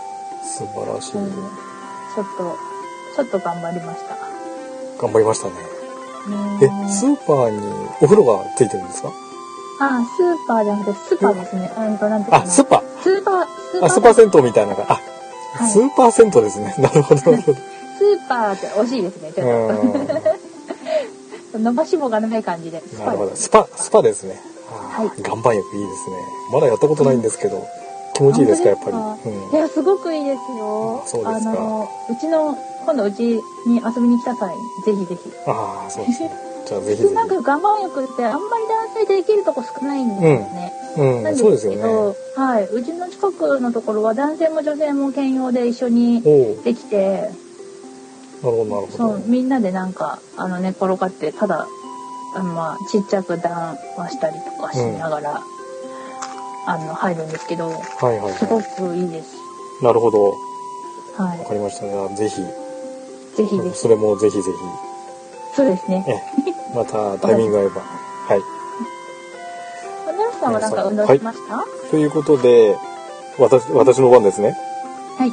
Speaker 1: 素晴らしい、
Speaker 2: うんちょっとちょっと頑張りました。
Speaker 1: 頑張りましたね
Speaker 2: うん
Speaker 1: えスーパーにお風呂がついてるんですか
Speaker 2: あ、スーパーじゃなくて、スーパーですね。うんと、なんていうか
Speaker 1: あ
Speaker 2: な
Speaker 1: スーパ
Speaker 2: スーパー、ス
Speaker 1: ー
Speaker 2: ーパー、
Speaker 1: あスーパー銭湯みたいなのがあ、
Speaker 2: はい
Speaker 1: スーパー銭湯ですね なるほどなるほど
Speaker 2: スーパーって惜しいですね。ち
Speaker 1: う
Speaker 2: ょっ
Speaker 1: ん
Speaker 2: と、伸ばし棒がない感じで。ス
Speaker 1: な
Speaker 2: パ
Speaker 1: るほ
Speaker 2: ー
Speaker 1: ど
Speaker 2: です。
Speaker 1: スパスパですねあー
Speaker 2: はい
Speaker 1: 岩盤浴いいですねまだやったことないんですけど、気持ちいいですかやっぱり、
Speaker 2: 本当です
Speaker 1: うん
Speaker 2: かいや、すごくいいですよ。
Speaker 1: あそうですか
Speaker 2: あの、うちの、今度うちに遊びに来た際、ぜひぜひ。
Speaker 1: ああ、そうですね。じゃあ、ぜひ
Speaker 2: 普
Speaker 1: ぜ
Speaker 2: 通なんか岩盤浴って、あんまり男性でできるとこ少ないんですよね。
Speaker 1: ひ。う、
Speaker 2: なんん
Speaker 1: そうで
Speaker 2: ですす
Speaker 1: よ
Speaker 2: け
Speaker 1: ね。
Speaker 2: ど、
Speaker 1: お
Speaker 2: はい。うちの近くのところは男性も女性も兼用で一緒に
Speaker 1: お、
Speaker 2: できて、
Speaker 1: なるほど、
Speaker 2: そ
Speaker 1: なる
Speaker 2: う
Speaker 1: ほ
Speaker 2: みんなでなんかあの寝転がってただあのまあちっちゃく談話したりとかしながら、あの入るんですけど
Speaker 1: ど。はいはい
Speaker 2: すご
Speaker 1: は
Speaker 2: くいいです。
Speaker 1: い。なるほど。
Speaker 2: は
Speaker 1: わかりました。じゃあ、ぜひ。
Speaker 2: い、ぜひです。
Speaker 1: それもぜひぜ
Speaker 2: そうですね
Speaker 1: ひ。。 え、またタイミング合えば。はい。
Speaker 2: お姉さんはなんか運動しました？は
Speaker 1: ということで、私、私の番ですね。
Speaker 2: い。
Speaker 1: はい。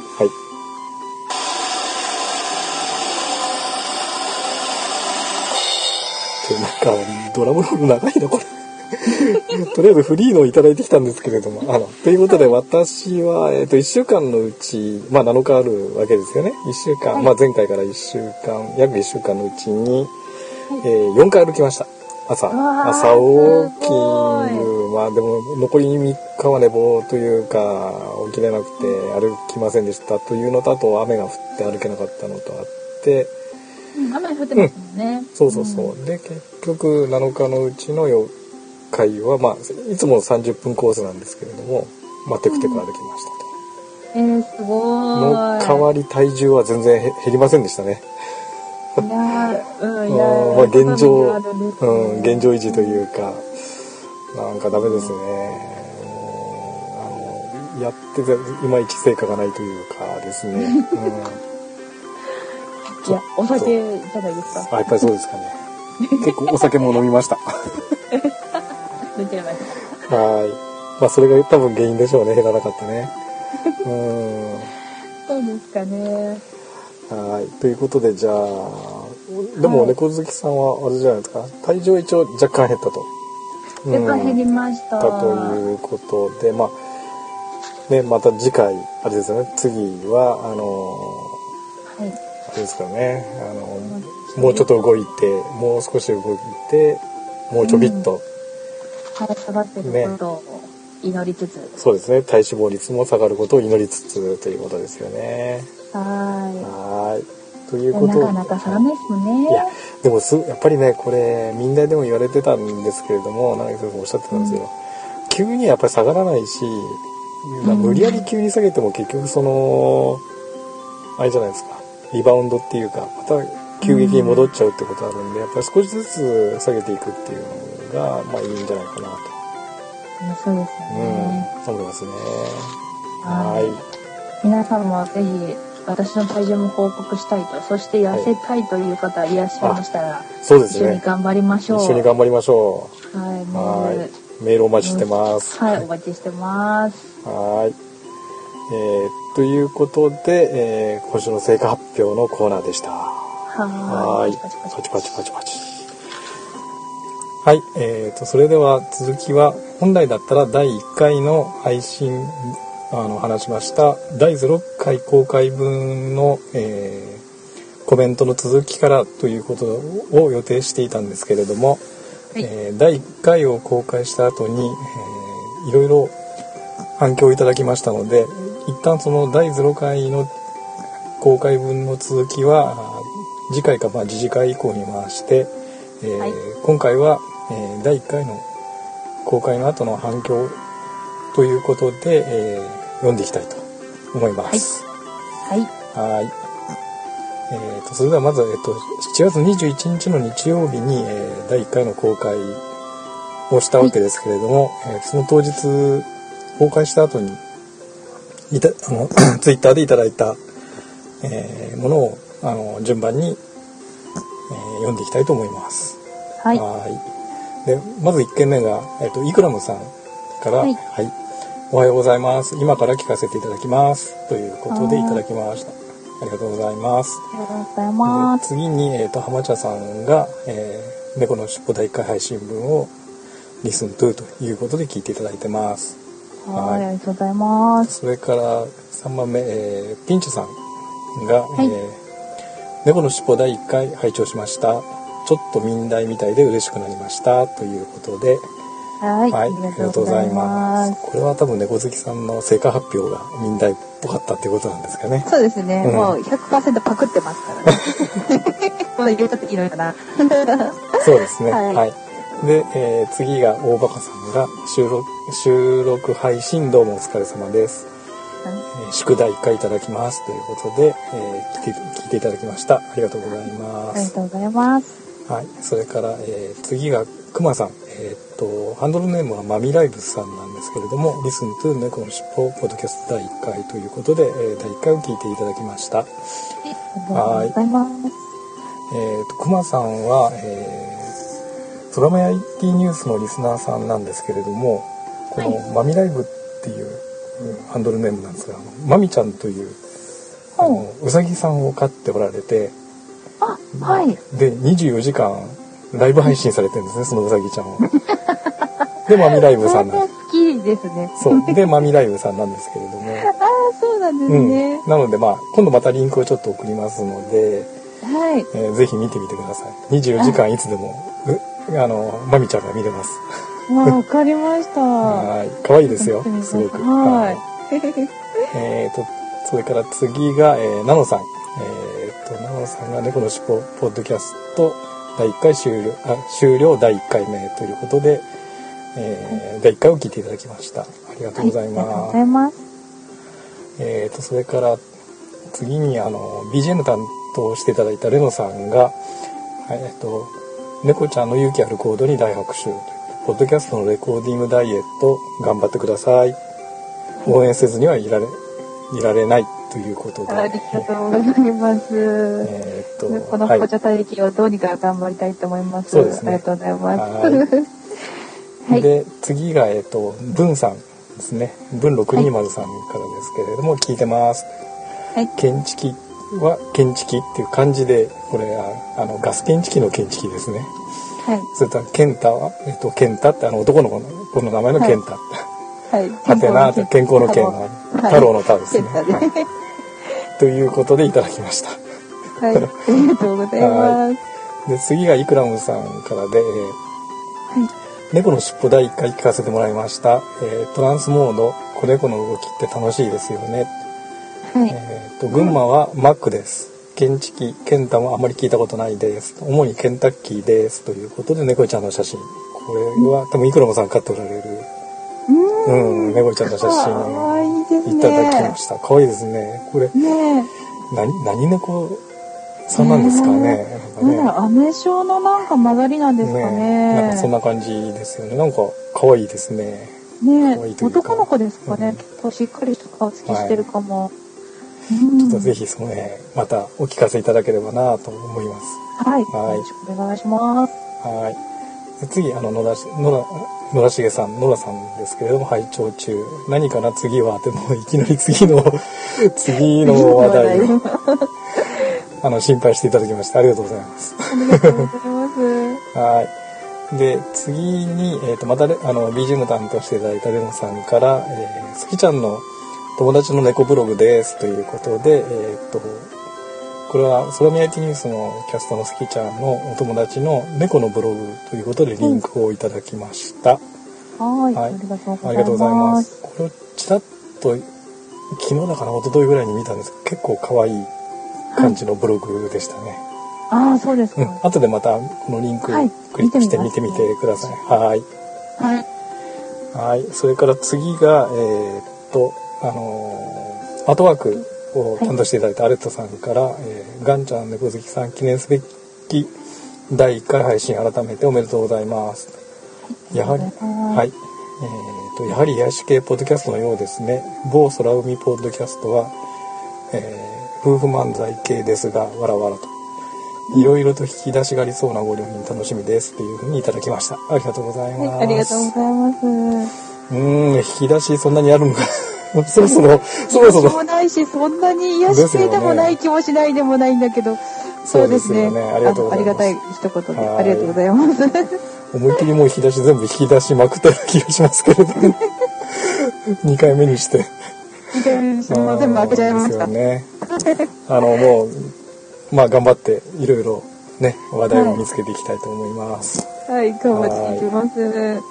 Speaker 1: でなんか、ドラムロール長いな、これ。 とりあえずフリーのをいただいてきたんですけれども、あの、ということで私は、えっ、と、1週間のうち、まあ7日あるわけですよね。1週間、
Speaker 2: はい
Speaker 1: まあ前回から1週間、約1週間のうちに、えー4回歩きました。朝、
Speaker 2: わー
Speaker 1: 朝起き
Speaker 2: すごい
Speaker 1: る、まあでも残り3日は寝坊というか、起きれなくて歩きませんでしたというのと、あと雨が降って歩けなかったのとあって、
Speaker 2: うん雨降ってますもんね。
Speaker 1: そうそうそう。で、結局7日のうちの4回は、まあ、いつも30分コースなんですけれども、まあ、テクテク歩きましたと。
Speaker 2: うん。えー、すご
Speaker 1: の
Speaker 2: ーい。
Speaker 1: 代わり体重は全然へ減りませんでしたね。
Speaker 2: いやー、うん、いやー
Speaker 1: まあ、現状、
Speaker 2: そういうのがあるんですね
Speaker 1: うん、現状維持というか、なんかダメですね。もうあの、やってて、いまいち成果がないというかですね。うん、
Speaker 2: いや、お酒じゃないですか。
Speaker 1: あ、やっぱりそうですかね。結構お酒も飲みました。
Speaker 2: 出ちゃいまし
Speaker 1: はい。まあ、それが多分原因でしょうね。減らなかった ね。うん。
Speaker 2: た。そうですかね。
Speaker 1: はい。ということで、じゃあ、でも、
Speaker 2: はい
Speaker 1: 猫好きさんは、あれじゃないですか。体重は一応若干減ったと。
Speaker 2: 量が減りました。
Speaker 1: だということで、まあ、ね、また次回、あれですよね、次は、あの、
Speaker 2: はい。
Speaker 1: あれですからね、あの、もうちょっと動いて、もう少し動いて、もうちょびっと、
Speaker 2: はい、下がってることを祈りつつ。
Speaker 1: そうですね、体脂肪率も下がることを祈りつつということですよね。
Speaker 2: は
Speaker 1: はーい。とい
Speaker 2: ー
Speaker 1: うこ
Speaker 2: い。
Speaker 1: と
Speaker 2: なかなか定めですね
Speaker 1: いや。でもすやっぱりねこれみんなでも言われてたんですけれどもなんかそうおっしゃってたんですよ、急にやっぱり下がらないし、まあ、
Speaker 2: うん
Speaker 1: 無理やり急に下げても結局そのあれじゃないですかリバウンドっていうかまた急激に戻っちゃうってことあるんでやっぱり少しずつ下げていくっていうのがまあいいんじゃないかなと、
Speaker 2: うんそうですよ
Speaker 1: うん
Speaker 2: ね。
Speaker 1: 思いますね
Speaker 2: は
Speaker 1: はい
Speaker 2: い皆さんもぜひ、私の体重も報告したいと、そして痩せたいという方いらっしゃいましたら、
Speaker 1: そうです
Speaker 2: 一緒に
Speaker 1: ね
Speaker 2: 頑張りまし
Speaker 1: 一
Speaker 2: ょう。
Speaker 1: 緒に頑張りましょ
Speaker 2: はい、
Speaker 1: う
Speaker 2: も
Speaker 1: は
Speaker 2: う
Speaker 1: いメールお待ちしてます
Speaker 2: はい、お待ちしてます。
Speaker 1: はーい。えーということで、えー今週の成果発表のコーナーでした。は
Speaker 2: はーい。
Speaker 1: パチパチパチパチパチ。はい。えーと、それでは続きは、本来だったら第1回の配信、あの、話しました、第06回公開分の、えーコメントの続きからということを予定していたんですけれども、
Speaker 2: はい
Speaker 1: えー第1回を公開した後に、えーいろいろ反響をいただきましたので一旦その第0回の公開分の続きはあー次回かまあ次々回以降に回して、えー
Speaker 2: はい
Speaker 1: 今回は、えー第1回の公開の後の反響ということで、えー読んでいきたいと思います。
Speaker 2: はい。
Speaker 1: はい。えー、とそれではまず、えっと7月21日の日曜日に、えー第1回の公開をしたわけですけれども、えーその当日公開した後にいたあの ツイッターでいただいた、えーものをあの順番に、えー読んでいきたいと思います。
Speaker 2: はい。
Speaker 1: はいでまず1件目が、えっとイクラムさんから、は
Speaker 2: はいい
Speaker 1: おはようございます今から聞かせていただきます」ということでいただきましたありがとうございます
Speaker 2: ありがとうございます。
Speaker 1: 次に、えっと浜茶さんが「えー猫のしっぽ第1回配信分」を「リスントゥ」ということで聞いていただいてます
Speaker 2: はい、ありがとうございます。
Speaker 1: それから3番目、えーピンチョさんが、
Speaker 2: い
Speaker 1: えー猫のしっぽ第1回拝聴しました」「ちょっと民大みたいで嬉しくなりました」ということで、
Speaker 2: はい、
Speaker 1: はい、あ
Speaker 2: あ
Speaker 1: り
Speaker 2: り
Speaker 1: が
Speaker 2: が
Speaker 1: と
Speaker 2: と
Speaker 1: うご
Speaker 2: うご
Speaker 1: ざ
Speaker 2: ざ
Speaker 1: い
Speaker 2: い
Speaker 1: ま
Speaker 2: ますす。。
Speaker 1: これは多分猫好きさんの成果発表が民大っぽかったってことなんですか ね。
Speaker 2: そうですね、
Speaker 1: うん
Speaker 2: もう100%パクってますからね。これ入れちゃっていいのかな。
Speaker 1: そうですね。は、
Speaker 2: はいい
Speaker 1: で、えー次が大バカさんが収録収録配信どうもお疲れ様です。えー宿題1回いただきますということで、えー来て聞いていただきました。ありがとうございま
Speaker 2: ありが
Speaker 1: す。
Speaker 2: とうございます。
Speaker 1: はい、それから、えー次がくまさん、えーっとハンドルネームはマミライブスさんなんですけれども「リスントゥ猫の尻尾」ポッドキャスト第1回ということで、えー第1回を聞いていただきました。
Speaker 2: ありがとうございます。
Speaker 1: えー、と熊さんは、えー、空目 IT ニュースのリスナーさんなんですけれどもこの、マミライブっていううんハンドルネームなんですがあのマミちゃんというあのうさぎさんを飼っておられて
Speaker 2: あ、はい。
Speaker 1: で24時間ライブ配信されてるん ですねそのうさぎちゃんを。でマミライブ
Speaker 2: そ
Speaker 1: さ
Speaker 2: れ
Speaker 1: ん
Speaker 2: で
Speaker 1: なん
Speaker 2: 好きですね。
Speaker 1: そうでマミライブさんなんですけれども、
Speaker 2: ああ、そうなんですね。
Speaker 1: うん、なのでまあ今度またリンクをちょっと送りますので。
Speaker 2: はい。
Speaker 1: えーぜひ見てみてください。24時間いつでも、うあの、まみちゃんが見れます。
Speaker 2: わかりました。
Speaker 1: はい。可愛いですよ
Speaker 2: 見てみ。たい
Speaker 1: すごく。
Speaker 2: はい。
Speaker 1: いえっと、それから次が、えー、ナノさん。えっ、と、ナノさんが猫のしっぽポッドキャスト第1回終了、あ、終了第1回目ということで、えー第1回を聞いていただきました。ありがとうござい
Speaker 2: ありがとう
Speaker 1: ま
Speaker 2: ご
Speaker 1: す。
Speaker 2: ざいます。
Speaker 1: えー、とそれから次にあの BGM 担当していただいたレノさんが「えー、と猫ちゃんの勇気ある行動に大拍手」「ポッドキャストのレコーディングダイエット頑張ってください」「応援せずにはいられいられない」ということで
Speaker 2: ありがとうございます。
Speaker 1: えー、と
Speaker 2: この
Speaker 1: はい
Speaker 2: 紅茶体力をどうにか頑張りたいと思います。
Speaker 1: そうですね
Speaker 2: ありがとうございます。
Speaker 1: は
Speaker 2: はい
Speaker 1: で次が、えっと文さんですね文620さんからですけれども「聞いてます」
Speaker 2: はい
Speaker 1: 建築は建築っていう漢字でこれはあのガス検知器の検知器ですね
Speaker 2: はい。
Speaker 1: それとケンタは、えっと、ケンタってあの男の子の子の名前のケンタ。
Speaker 2: はい。
Speaker 1: はてなって健康の健が太郎の太ですね。
Speaker 2: はい健太で
Speaker 1: ということでいただきました。
Speaker 2: はい。ありがとうございます。
Speaker 1: で次がイクラムさんからで、えー猫の尻尾第1回聞かせてもらいました、えートランスモード子猫の動きって楽しいですよね、
Speaker 2: はい。
Speaker 1: えーと群馬はマックです建築ケンタもあまり聞いたことないです主にケンタッキーですということで猫ちゃんの写真これは多分イクラムさん買っておられるうん、猫ちゃんの写
Speaker 2: かわいいで
Speaker 1: 真
Speaker 2: すね
Speaker 1: いただきました可愛いですねこれ
Speaker 2: ね
Speaker 1: 何何猫さんなんですかねな
Speaker 2: え。
Speaker 1: んか
Speaker 2: な
Speaker 1: ね
Speaker 2: んだろう、アメ症のなんか混ざりなんですかね。
Speaker 1: なんかそんな感じですよね。なんか可愛いですね。
Speaker 2: ね
Speaker 1: 可愛いというか
Speaker 2: 男の子ですかね、
Speaker 1: うん
Speaker 2: 結構しっかりした顔つきしてるかも、
Speaker 1: ちょっとぜ
Speaker 2: ひ
Speaker 1: ひその辺またお聞かせいただければなと思います。
Speaker 2: はい、
Speaker 1: はい
Speaker 2: よろしくお願いします
Speaker 1: はい。で次あの野田し野田野田茂さん野田さんですけれども拝聴中何かな次はでもいきなり次の次の話題
Speaker 2: あり
Speaker 1: を
Speaker 2: が
Speaker 1: あの心配していただきましてありがとうございます。
Speaker 2: とうございます
Speaker 1: はい。で、次に、えっ、と、またね、あの、BGM 担当していただいたレノさんから、えー、すきちゃんの友達の猫ブログですということで、えっ、と、これは、ソラミアイティニュースのキャストのすきちゃんのお友達の猫のブログということでリンクをいただきました。
Speaker 2: はい、
Speaker 1: はい
Speaker 2: ありがとうございます
Speaker 1: ありがとうございます。これをちらっと、昨日だかな、一昨日ぐらいに見たんですけど、結構可愛い感じのブログでしたね。
Speaker 2: ああそうですか、
Speaker 1: うん、後でまたこのリンク
Speaker 2: はい
Speaker 1: クリックして見
Speaker 2: 見
Speaker 1: て
Speaker 2: てみ
Speaker 1: み
Speaker 2: ます
Speaker 1: てください。はい。
Speaker 2: はい
Speaker 1: はい。それから次が、えーっと、あのーアートワークを担当していただいたアレットさんから、えーガンちゃん猫好きさん記念すべき第1回配信改めておめでとうございます。やはり、は。
Speaker 2: はい
Speaker 1: えーっと、やはり癒し系ポッドキャストのようですね。某空海ポッドキャストは、えー夫婦漫才系ですが、わらわらと。いろいろと引き出しがありそうなご両人楽しみですっていうふうにいただきました。ありがとうございます。
Speaker 2: はいありがとうございます
Speaker 1: うーん、引き出しそんなにあるのか。 そろそろ、そろそ
Speaker 2: 気持ちも
Speaker 1: ろ。
Speaker 2: ないしそんなに癒し系でもない気もしないでもないんだけど
Speaker 1: そうですよねありがとうございます
Speaker 2: あのありがたい一言で
Speaker 1: はい
Speaker 2: ありがとうございます
Speaker 1: 思いっきりもう引き出し全部引き出しまくったような気がしますけれど も。2回目にして。
Speaker 2: 二回目にしても全部開けちゃいました
Speaker 1: あーですよね。あの、もう、まあ頑張っていろいろね、話題を見つけていきたいと思います。
Speaker 2: はい頑張っていきます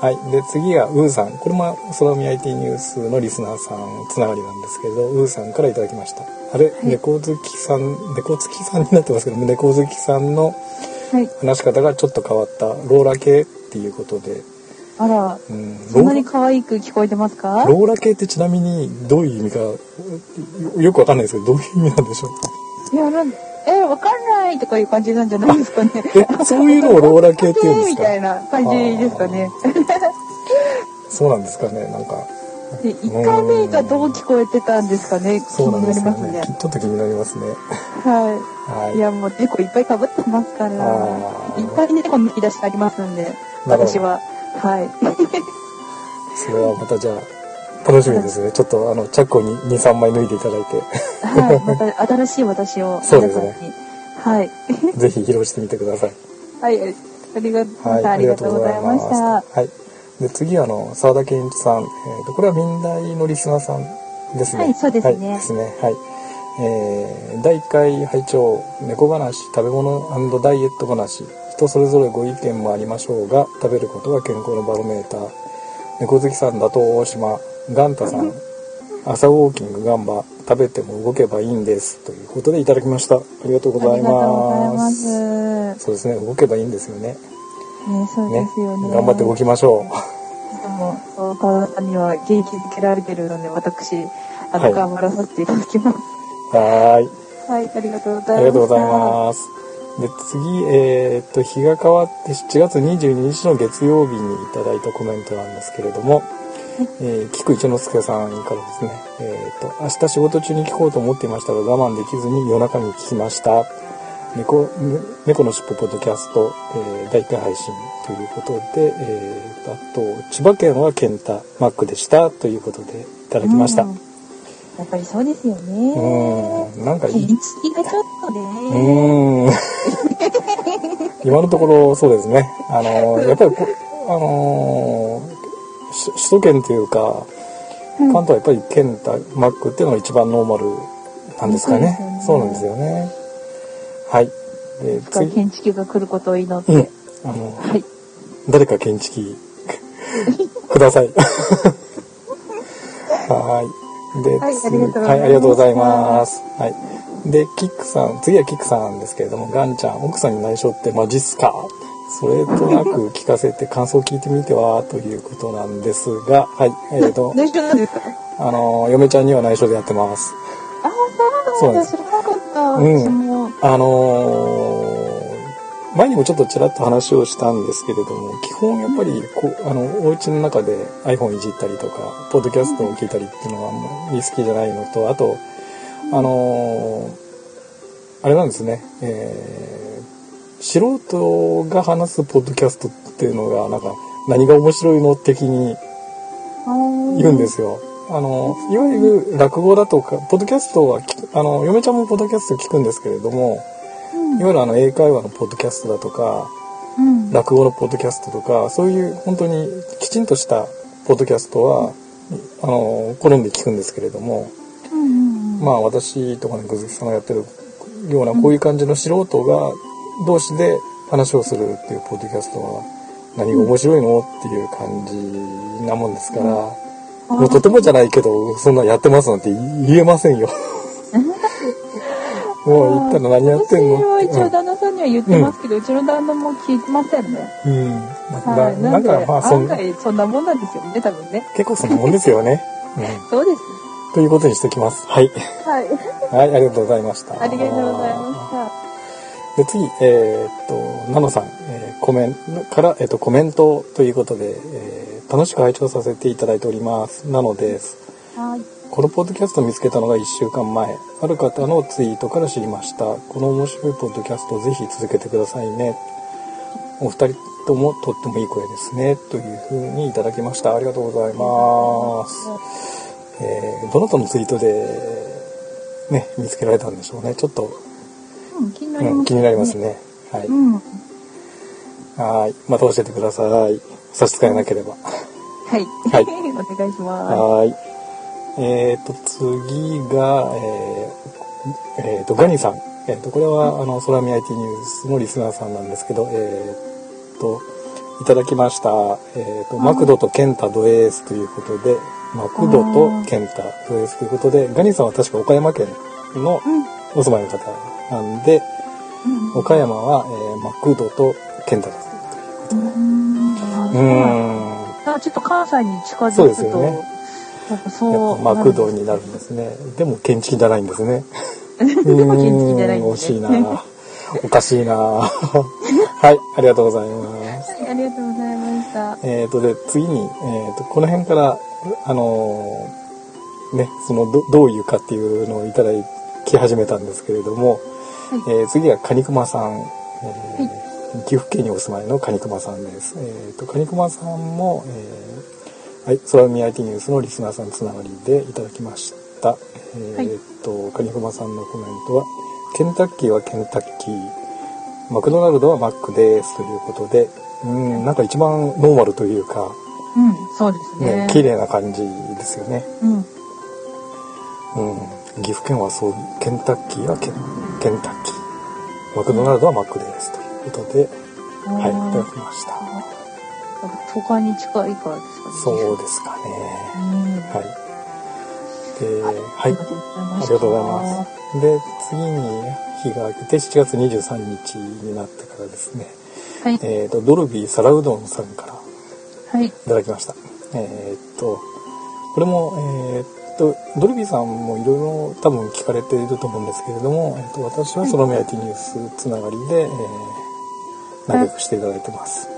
Speaker 1: はい。で、次がウーさん。これも空海 IT ニュースのリスナーさんつながりなんですけど、ウーさんからいただきました。あれ、猫好きさん、猫好きさんになってますけども、猫好きさんの
Speaker 2: はい
Speaker 1: 話し方がちょっと変わったローラ系っていうことで、
Speaker 2: あら、
Speaker 1: うん、
Speaker 2: そ
Speaker 1: ロ
Speaker 2: んなに
Speaker 1: ー
Speaker 2: 可愛く聞こえてますか
Speaker 1: ラローラ系ってちなみにどういう意味かよよくわかんないですけどどういう意味なんでしょう
Speaker 2: いや、なんえ、わかんないとかいう感じなんじゃ ないですかね。
Speaker 1: えそういうのをローラ系って言 うんです
Speaker 2: み
Speaker 1: か
Speaker 2: たいな感じですかね。
Speaker 1: そうなんですかねなんか
Speaker 2: で、1回目がどう聞こえてたんですかね。気
Speaker 1: そうなん
Speaker 2: に
Speaker 1: で
Speaker 2: なり
Speaker 1: すか
Speaker 2: ます
Speaker 1: ね
Speaker 2: ね。
Speaker 1: きちょっと気になりますね
Speaker 2: は
Speaker 1: はい
Speaker 2: い。いや、もう猫いっぱい被ってますから。
Speaker 1: あー
Speaker 2: いっぱい猫の引き出しありますんで、
Speaker 1: なるほど
Speaker 2: 私は。はい。
Speaker 1: それはまたじゃあ楽しみですねちょっとあのチャックを23枚脱いでいただいて
Speaker 2: はい。また新しい私を
Speaker 1: そうですね
Speaker 2: 皆さんに。はい。
Speaker 1: ぜひ披露してみてください
Speaker 2: はい。ありが
Speaker 1: はい、
Speaker 2: ありがとうございまし
Speaker 1: あり
Speaker 2: た
Speaker 1: がとうございま。すはい。で、次、あの、沢田健一さん。えーと、これは民大のリスナーさんですね。
Speaker 2: はいそうですね
Speaker 1: はい。ですねはいえー、第1回拝聴猫話食べ物ダイエット話人それぞれご意見もありましょうが食べることが健康のバロメーター猫好きさんだと大島ガンタさ ん朝ウォーキングガンバ食べても動けばいいんですということでいただきましたありがとうご
Speaker 2: あ
Speaker 1: ざ
Speaker 2: り
Speaker 1: い
Speaker 2: がとうござい
Speaker 1: ま
Speaker 2: ますす。
Speaker 1: そうですね動けばいいんですよね
Speaker 2: ね、そう
Speaker 1: ね
Speaker 2: ですよね。
Speaker 1: 頑張って動きましょう。
Speaker 2: でも、そう、川田さんには元気づけられてるので、私、あの、
Speaker 1: はい
Speaker 2: 頑張らさせていただきます。
Speaker 1: はーい。
Speaker 2: はい、ありがとうございます。
Speaker 1: ありがとうございます。で、次、えーっと、日が変わって7月22日の月曜日にいただいたコメントなんですけれども、えー、菊一之輔さんからですね、えーっと、明日仕事中に聞こうと思っていましたが、我慢できずに夜中に聞きました。猫、ね猫のしっぽポッドキャスト、えー第1回配信ということで、えーっと、あと、千葉県はケンタ、マックでした、ということでいただきました。
Speaker 2: うん
Speaker 1: う
Speaker 2: やっぱりそうですよね。
Speaker 1: ん、なんかいい
Speaker 2: 認識がちょっとね、
Speaker 1: うーん。今のところそうですね。あのーやっぱりこ、あのーし首都圏というか、関東はやっぱり県とマックっていうのが一番ノーマルなんですかね。そうなんですよね。はい。で、次、
Speaker 2: 建築が来ることを祈っ
Speaker 1: うん
Speaker 2: て。。
Speaker 1: あの、
Speaker 2: はい。
Speaker 1: 誰か建築 ください。はい。で、
Speaker 2: はい
Speaker 1: 次は
Speaker 2: あ
Speaker 1: い、ありが
Speaker 2: り
Speaker 1: とうご
Speaker 2: がとうご
Speaker 1: ざ
Speaker 2: ざ
Speaker 1: い
Speaker 2: い
Speaker 1: ま。
Speaker 2: ます
Speaker 1: はい。で、キックさん、次はキックさんですけれども、ガンちゃん、奥さんに内緒ってマジっすかそれとなく聞かせて感想聞いてみては、ということなんですが、はい、えっ、 と、
Speaker 2: 内緒なんですか
Speaker 1: あの、嫁ちゃんには内緒でやってます。
Speaker 2: ああ、
Speaker 1: そ
Speaker 2: そうう
Speaker 1: なん
Speaker 2: なん
Speaker 1: で
Speaker 2: だ。
Speaker 1: す
Speaker 2: 知らなかった。
Speaker 1: うん
Speaker 2: 私も。
Speaker 1: あのー前にもちょっとちらっと話をしたんですけれども基本やっぱりこうあのお家の中で iPhone いじったりとかポッドキャストを聞いたりっていうのはあんまり好きじゃないのとあとあのーあれなんですね、えー素人が話すポッドキャストっていうのがなんか何が面白いの的にいるんですよ。あの、いわゆる落語だとか、ポッドキャストは聞く、あの、嫁ちゃんもポッドキャスト聞くんですけれども、いわゆるあの、英会話のポッドキャストだとか、
Speaker 2: うん。
Speaker 1: 落語のポッドキャストとか、そういう本当にきちんとしたポッドキャストは、あの、好んで聞くんですけれども、
Speaker 2: うん。
Speaker 1: まあ私とかね、ぐずきさんがやってるような、こういう感じの素人が同士で話をするっていうポッドキャストは、何が面白いのっていう感じなもんですから、もうとてもじゃないけど、そんなやってますなんて言えません よ。もう言ったら何やってん
Speaker 2: 私
Speaker 1: の
Speaker 2: は
Speaker 1: っ
Speaker 2: 一応旦那さんには言ってますけど、うちの旦那も聞いてませんね。
Speaker 1: うん。うんな
Speaker 2: は。
Speaker 1: い
Speaker 2: な
Speaker 1: なんん
Speaker 2: で、
Speaker 1: かまあそん
Speaker 2: 案外そんなもんなんですよね、多分ね。
Speaker 1: 結構そんなもんですよね。
Speaker 2: そうです。
Speaker 1: うん。ということにしておきます。はい。
Speaker 2: はい。
Speaker 1: はい、ありがとうございました。
Speaker 2: ありがとうございま
Speaker 1: で次、えーっと、ナノさん、えーコメントから、えーっと、コメントということで、えー楽しく拝聴させていただいております。なのです。
Speaker 2: した。はい。
Speaker 1: このポッドキャストを見つけたのが1週間前。ある方のツイートから知りました。この面白いポッドキャストをぜひ続けてくださいね。お二人ともとってもいい声ですね。というふうにいただきました。ありがとうございます。えーどなたのツイートで、ね、見つけられたんでしょうね。ちょっと、
Speaker 2: うん、気になり
Speaker 1: う
Speaker 2: ま
Speaker 1: ん、
Speaker 2: す。
Speaker 1: 気になります。ね。はい。
Speaker 2: うん。は
Speaker 1: はい。また教えてください。差し支えなければ。
Speaker 2: い。
Speaker 1: はい
Speaker 2: お願いしま
Speaker 1: はい。えっ、と、次が、えーえーと、ガニさん。えっ、と、これは、あの、ソラミ IT ニュースのリスナーさんなんですけど、えっ、と、いただきました。えっ、と、マクドとケンタドエースということで、マクドとケンタドエースということで、ガニさんは確か岡山県の
Speaker 2: す。うん。
Speaker 1: お住まいの方なんで、
Speaker 2: うん
Speaker 1: 岡山は、えーマクドとケンタだということで。うーん。
Speaker 2: あちょっと関西に近づくと、
Speaker 1: そうですよね
Speaker 2: やっぱ
Speaker 1: や
Speaker 2: そ
Speaker 1: っ
Speaker 2: う。
Speaker 1: ぱマクドになるんですね。でも建築じゃないんですね。
Speaker 2: でも建築じゃないん
Speaker 1: うーん惜
Speaker 2: です
Speaker 1: しい
Speaker 2: ね。
Speaker 1: な。おかしいな。はい、ありがとうございます。
Speaker 2: はいありがとうございました。
Speaker 1: えー、と、で、次に、えー、と、この辺から、あのーね、その、ど、どういうかっていうのをいただき始めたんですけれども、えー次はカニクマさん、えー岐阜県にお住まいのカニクマさんです。えー、と、カニクマさんも、えーはい、空海 IT ニュースのリスナーさんつながりでいただきました。えー、と、カニクマさんのコメントは、ケンタッキーはケンタッキー、マクドナルドはマックですということで、うん、なんか一番ノーマルというか、
Speaker 2: うん、そうです
Speaker 1: ね
Speaker 2: ね。、
Speaker 1: 綺麗な感じですよね。
Speaker 2: うん。
Speaker 1: うん、岐阜県はそう、ケンタッキーはケンケンタッキー、マクドナルドはマックですということで、はい、い
Speaker 2: あー
Speaker 1: ただきました。
Speaker 2: 都会に近いからですかね。
Speaker 1: そうですかね。
Speaker 2: うん。あ
Speaker 1: はい。で、はい
Speaker 2: りが。と
Speaker 1: ありが
Speaker 2: うございます。
Speaker 1: とうございます。で、次に日が明けて7月23日になってからですね、
Speaker 2: はい。
Speaker 1: えっ、と、ドルビー皿うどんさんから
Speaker 2: はい。
Speaker 1: いただきました。えーっと、これも、えーっと、ドルビーさんもいろいろ多分聞かれていると思うんですけれども、えーっと私はソロミ IT ニュースつながりで、えー、仲良くしていただいてます。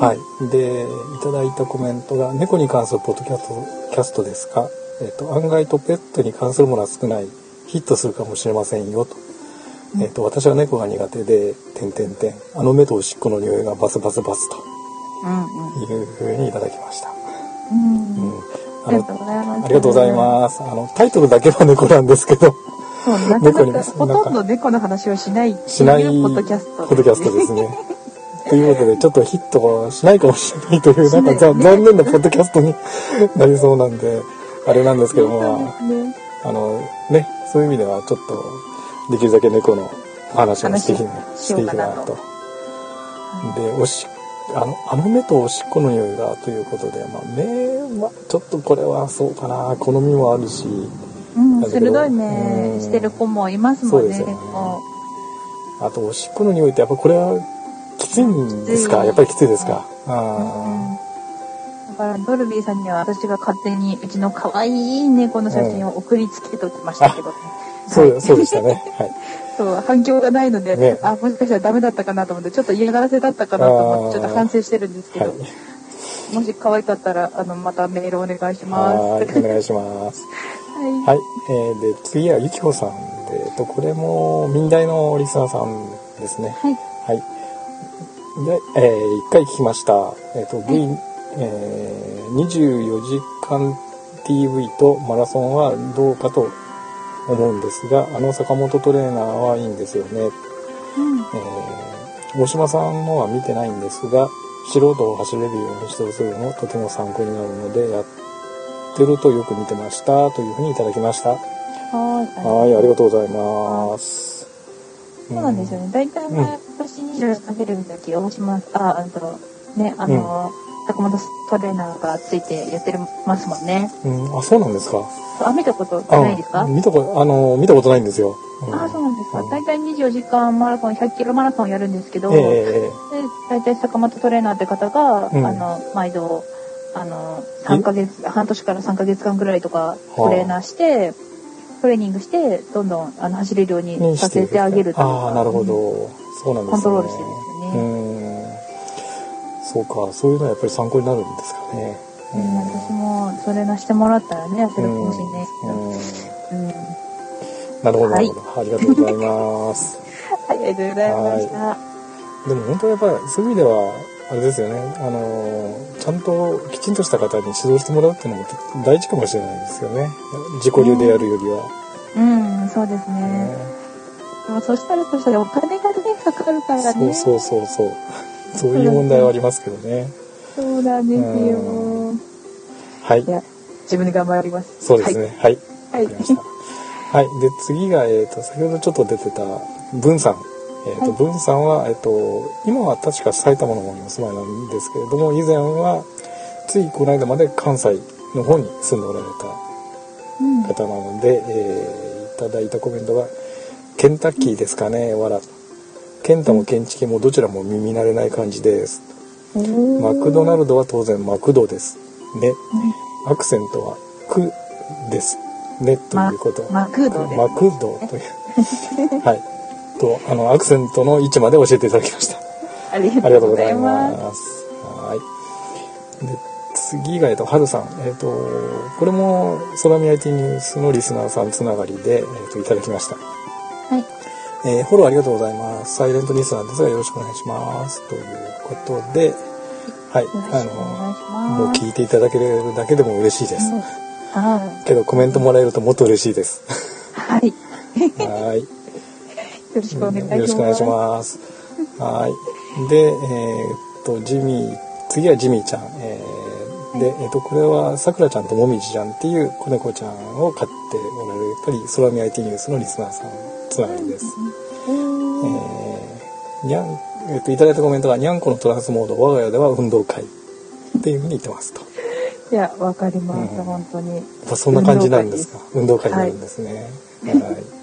Speaker 1: はい。で、いただいたコメントが、猫に関するポッドキャストキャストですかえーっと、案外とペットに関するものは少ない、ヒットするかもしれませんよ、と。えーっと、私は猫が苦手で、点々点。あの目とおしっこの匂いがバスバスバスと
Speaker 2: うんうん。
Speaker 1: いうふうにいただきました。
Speaker 2: うん。
Speaker 1: うん
Speaker 2: ありがとうございます。
Speaker 1: ありがとうございます。あの、タイトルだけは猫なんですけど、
Speaker 2: そうな
Speaker 1: 猫
Speaker 2: か
Speaker 1: に
Speaker 2: な
Speaker 1: も
Speaker 2: か
Speaker 1: そん
Speaker 2: ほ
Speaker 1: なか
Speaker 2: とんど猫の話をしないっていう
Speaker 1: しない
Speaker 2: ポッドキャスト
Speaker 1: ポッドキャストですね。ということで、ちょっとヒットはしないかもしれないという、なんか ざ
Speaker 2: しない
Speaker 1: 残念なポッドキャストになりそうなんで、あれなんですけども、ま
Speaker 2: ね
Speaker 1: あ、あの、ね、そういう意味ではちょっと、できるだけ猫の話をしていき
Speaker 2: 話し
Speaker 1: して
Speaker 2: よ
Speaker 1: いうき
Speaker 2: か
Speaker 1: たい
Speaker 2: な
Speaker 1: な
Speaker 2: と
Speaker 1: と。で、おし、あの、あの目とおしっこの匂いがということで、まあ、目は、ちょっとこれはそうかな、好みもあるし、
Speaker 2: うん、
Speaker 1: だけど
Speaker 2: 鋭い目してる子もいますもんね。
Speaker 1: そうですよね
Speaker 2: 結構
Speaker 1: あと、おしっこの匂いって、やっぱこれは、きついんです
Speaker 2: きつ
Speaker 1: か
Speaker 2: い
Speaker 1: やっぱりきついですか、
Speaker 2: だからドルビーさんには私が勝手にうちの可愛い猫の写真を送りつけておきましたけ
Speaker 1: う
Speaker 2: ど、
Speaker 1: ん。そう、そうでしたね。はい。
Speaker 2: そう反響がないので、
Speaker 1: ね
Speaker 2: あもしかしたらダメだったかなと思ってちょっと嫌がらせだったかなと思って
Speaker 1: あー
Speaker 2: ちょっと反省してるんですけど、
Speaker 1: はい
Speaker 2: もし可愛かったらあのまたメールお願いします。
Speaker 1: は、
Speaker 2: はい
Speaker 1: お願いします。
Speaker 2: い、
Speaker 1: はい、えー、で、次はゆきほさんで、えっと、これも、民大のリスナーさんですね。
Speaker 2: はい、
Speaker 1: はい。で、えー、一回聞きました。えっ、と、V、えー、24時間 TV とマラソンはどうかと思うんですが、あの坂本トレーナーはいいんですよね。
Speaker 2: うん
Speaker 1: えー大島さんのは見てないんですが素人を走れるように指導するのとても参考になるのでやってるとよく見てましたというふうにいただきましたは
Speaker 2: はい
Speaker 1: いありがとうございます
Speaker 2: そうなんですよね。大体、ね、私に食べる時、大島さん、あ、あと、ね、あの、坂本トレーナーがついてやってますもんね。
Speaker 1: うん、うんあそうなんですか
Speaker 2: あ、見たこと
Speaker 1: あ
Speaker 2: ないですかあ
Speaker 1: 見たことあの見たことないんですよ、うん
Speaker 2: そうなんですか
Speaker 1: う。ん
Speaker 2: 大体24時間マラソン、100キロマラソンやるんですけど、
Speaker 1: ええええ
Speaker 2: で大体坂本トレーナーって方が、
Speaker 1: うん
Speaker 2: あの、毎度、あの、3ヶ月、半年から3ヶ月間ぐらいとか、トレーナーして、トレーニングして、どんどんあの走れるようにさせてあげるというか
Speaker 1: ああなるほど、そうなんですね
Speaker 2: コントロールしてですよ
Speaker 1: うんそうかそういうのはやっぱり参考になるんですかね
Speaker 2: うん私もそれなしてもらったらね痩せるかもしれないですけ
Speaker 1: うん
Speaker 2: ど、
Speaker 1: うん
Speaker 2: うん
Speaker 1: なるほど、な
Speaker 2: はい
Speaker 1: るほど。ありがとうございます。
Speaker 2: はいありがとうございました、
Speaker 1: でも本当やっぱりそういう意味では、あれですよね。あのー、ちゃんときちんとした方に指導してもらうっていうのも大事かもしれないですよね。自己流でやるよりは。
Speaker 2: うんそうですね、
Speaker 1: ね
Speaker 2: でもそしたらそしたらお金がねかかるからね
Speaker 1: そううそうそうそう。そういう問題はありますけどね。
Speaker 2: そうなんですよ
Speaker 1: うはい
Speaker 2: い。や自分で頑張ります
Speaker 1: そうですね。はい。
Speaker 2: はい、
Speaker 1: わかりました。 はい。で、次が、えっ、と、先ほどちょっと出てた、文さん。えっ、と、
Speaker 2: はい
Speaker 1: 文、さんは、えっ、と、今は確か埼玉の方にお住まいなんですけれども、以前は、ついこの間まで関西の方に住んでおられ
Speaker 2: うん
Speaker 1: た方なので、えーいただいたコメントが、ケンタッキーですかね、わら。ケンタもケンチキもどちらも耳慣れない感じです。
Speaker 2: おー
Speaker 1: マクドナルドは当然マクドです。ね。アクセントはクです。ね。ということ。
Speaker 2: ママクドです
Speaker 1: マクドと いう。はい。と、あの、アクセントの位置まで教えていただきま した。
Speaker 2: あり
Speaker 1: あ
Speaker 2: が
Speaker 1: りが
Speaker 2: とう
Speaker 1: とう
Speaker 2: ご
Speaker 1: ご
Speaker 2: ざ
Speaker 1: ざい
Speaker 2: います
Speaker 1: ます。はい。で、次が、えっと、はるさん。えっと、これも、空見 IT ニュースのリスナーさんつながりで、えっと、いただきました。
Speaker 2: はい
Speaker 1: えーフォローありがとうございます。サイレントリスナーですが、よろしくお願いします。ということで、はい、
Speaker 2: よろしくお
Speaker 1: あ
Speaker 2: 願いし
Speaker 1: の、
Speaker 2: ます
Speaker 1: もう聞いていただけるだけでも嬉しいです。
Speaker 2: は
Speaker 1: けど、コメントもらえるともっと嬉しい です。
Speaker 2: いはいよ
Speaker 1: はい。
Speaker 2: ろしくお願いします
Speaker 1: よろしくお願いします。はい。で、えーっと、ジミー、次はジミーちゃん。えーで、えーっと、これは、さくらちゃんともみじちゃんっていう子猫ちゃんを飼っておられる、やっぱり、空見 IT ニュースのリスナーさん、つながりです。えーにゃん、えーっと、いただいたコメントが、にゃんこのトランスモード、我が家では運動会っていうふうに言ってますと。
Speaker 2: いやわかります、
Speaker 1: うん
Speaker 2: 本当に
Speaker 1: やっぱそんな感じなんですか。運動会になるんですね。は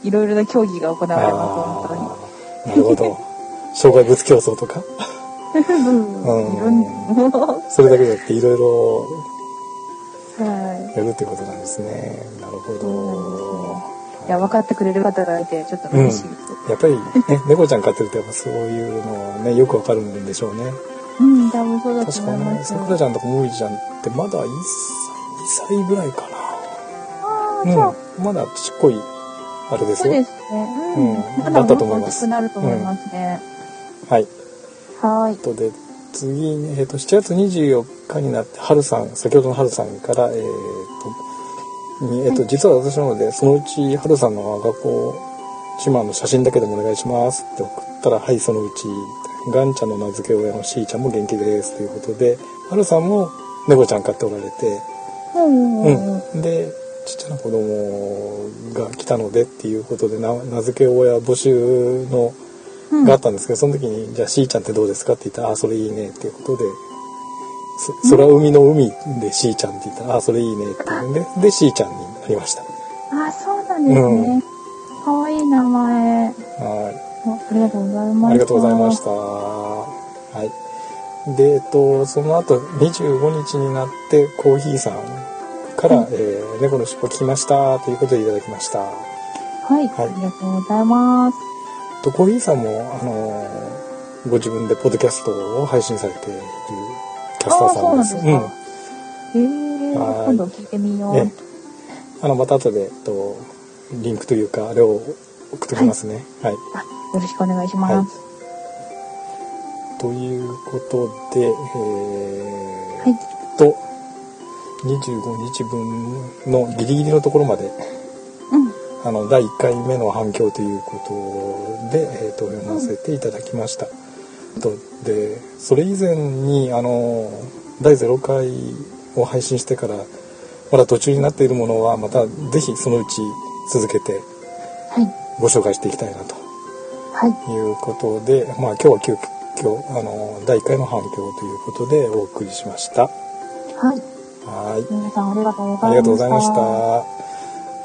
Speaker 1: い。
Speaker 2: いろいろな競技が行われます本当に
Speaker 1: あーなるほど。障害物競争とか。うん
Speaker 2: いろんも
Speaker 1: それだけじゃなくていろいろ
Speaker 2: う、は
Speaker 1: やるってことなんですね。なるほど。
Speaker 2: い。いや、分かってくれる方がいて、ちょっと嬉しいです。
Speaker 1: やっぱりね、猫ちゃん飼ってるとやっぱそういうのはね、よくわかるんでしょうね。
Speaker 2: うん、多分そうだと
Speaker 1: 確
Speaker 2: 思
Speaker 1: か
Speaker 2: い
Speaker 1: ね、
Speaker 2: ます。
Speaker 1: さくらちゃんとかもみじちゃんってまだ1歳、2歳ぐらいか
Speaker 2: ああ、
Speaker 1: な。
Speaker 2: そう、
Speaker 1: うん。まだちっこい、あれです
Speaker 2: そう
Speaker 1: よ。
Speaker 2: ですね。う
Speaker 1: う
Speaker 2: ん。
Speaker 1: ん
Speaker 2: ま
Speaker 1: だったと思います
Speaker 2: もっ大きくなると思いますね。
Speaker 1: はい。
Speaker 2: はーい。
Speaker 1: ということで次、えー、と7月24日になって春さん先ほどの春さんから、えー、とに、えっと、実は私なので、そのうち、はるさんの学校、島の写真だけでもお願いしますって送ったら、はい、そのうち、ガンちゃんの名付け親のしーちゃんも元気ですということで、はるさんも猫ちゃん飼っておられて、
Speaker 2: うんうんうんうん。
Speaker 1: うん、でちっちゃな子供が来たのでっていうことでな名付け親募集の
Speaker 2: うん
Speaker 1: があったんですけど、その時に「じゃあしーちゃんってどうですか?」って言ったら「あーそれいいね」っていうことで「そ空海の海」でしーちゃんって言ったら「あーそれいいね」っていうんででしーちゃんになりました
Speaker 2: あ、そうなんです
Speaker 1: うん
Speaker 2: ね。可、愛、いい名前。
Speaker 1: は
Speaker 2: あありがとうござい
Speaker 1: い
Speaker 2: ました。
Speaker 1: ありがとうございましたはいでえっとその後25日になってコーヒーさんから「えー猫の尻尾聞きました」ということでいただきました
Speaker 2: はい、
Speaker 1: はい
Speaker 2: ありがとうございます。
Speaker 1: とコーヒーさんも、あのーご自分でポッドキャストを配信されているキャスターさんです。
Speaker 2: あーそうなんですえー、
Speaker 1: はい
Speaker 2: 今度聞いてみよう。
Speaker 1: ね、あのまた後で、えっと、リンクというかあれを送っておきますね。はい、
Speaker 2: あよろしくお願いします。
Speaker 1: ということで、え
Speaker 2: はい、
Speaker 1: ー、と25日分のギリギリのところまで
Speaker 2: うん、
Speaker 1: あの第1回目の反響ということで、えーと読ませていただきました。とでそれ以前にあの第0回を配信してからまだ途中になっているものはまたぜひそのうち続けて
Speaker 2: はい、
Speaker 1: ご紹介していきたいなと
Speaker 2: はい、
Speaker 1: いうことで、まあ、今日は急遽あの第1回の反響ということでお送りしました。
Speaker 2: はい。
Speaker 1: はい
Speaker 2: 皆さんありがとうございました。
Speaker 1: ありがとうございました。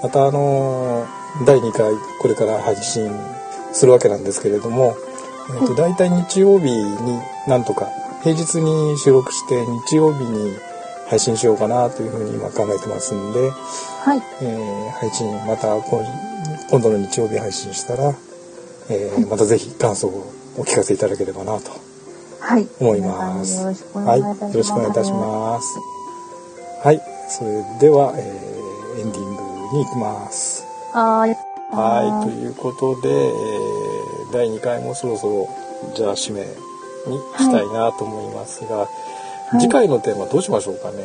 Speaker 1: またあの第2回これから配信するわけなんですけれども、えっと大体日曜日になんとか平日に収録して日曜日に配信しようかなというふうに今考えてますんで、
Speaker 2: はい、
Speaker 1: えー配信また今今度の日曜日配信したら、えーまたぜひ感想をお聞かせいただければなと
Speaker 2: はい。
Speaker 1: 思います。
Speaker 2: 皆さん
Speaker 1: はい、
Speaker 2: よ
Speaker 1: よ
Speaker 2: ろ
Speaker 1: ろ
Speaker 2: し
Speaker 1: し
Speaker 2: く
Speaker 1: く
Speaker 2: お
Speaker 1: お願い
Speaker 2: 願いい
Speaker 1: い
Speaker 2: た
Speaker 1: た
Speaker 2: し
Speaker 1: し
Speaker 2: ます。
Speaker 1: ます。はい、それでは、えーエンディングに行きます。
Speaker 2: はい。
Speaker 1: はい、ということで、えー第2回もそろそろ、じゃあ、締めにしたいなと思いますが、
Speaker 2: い
Speaker 1: 次回のテーマどうしましょうかね。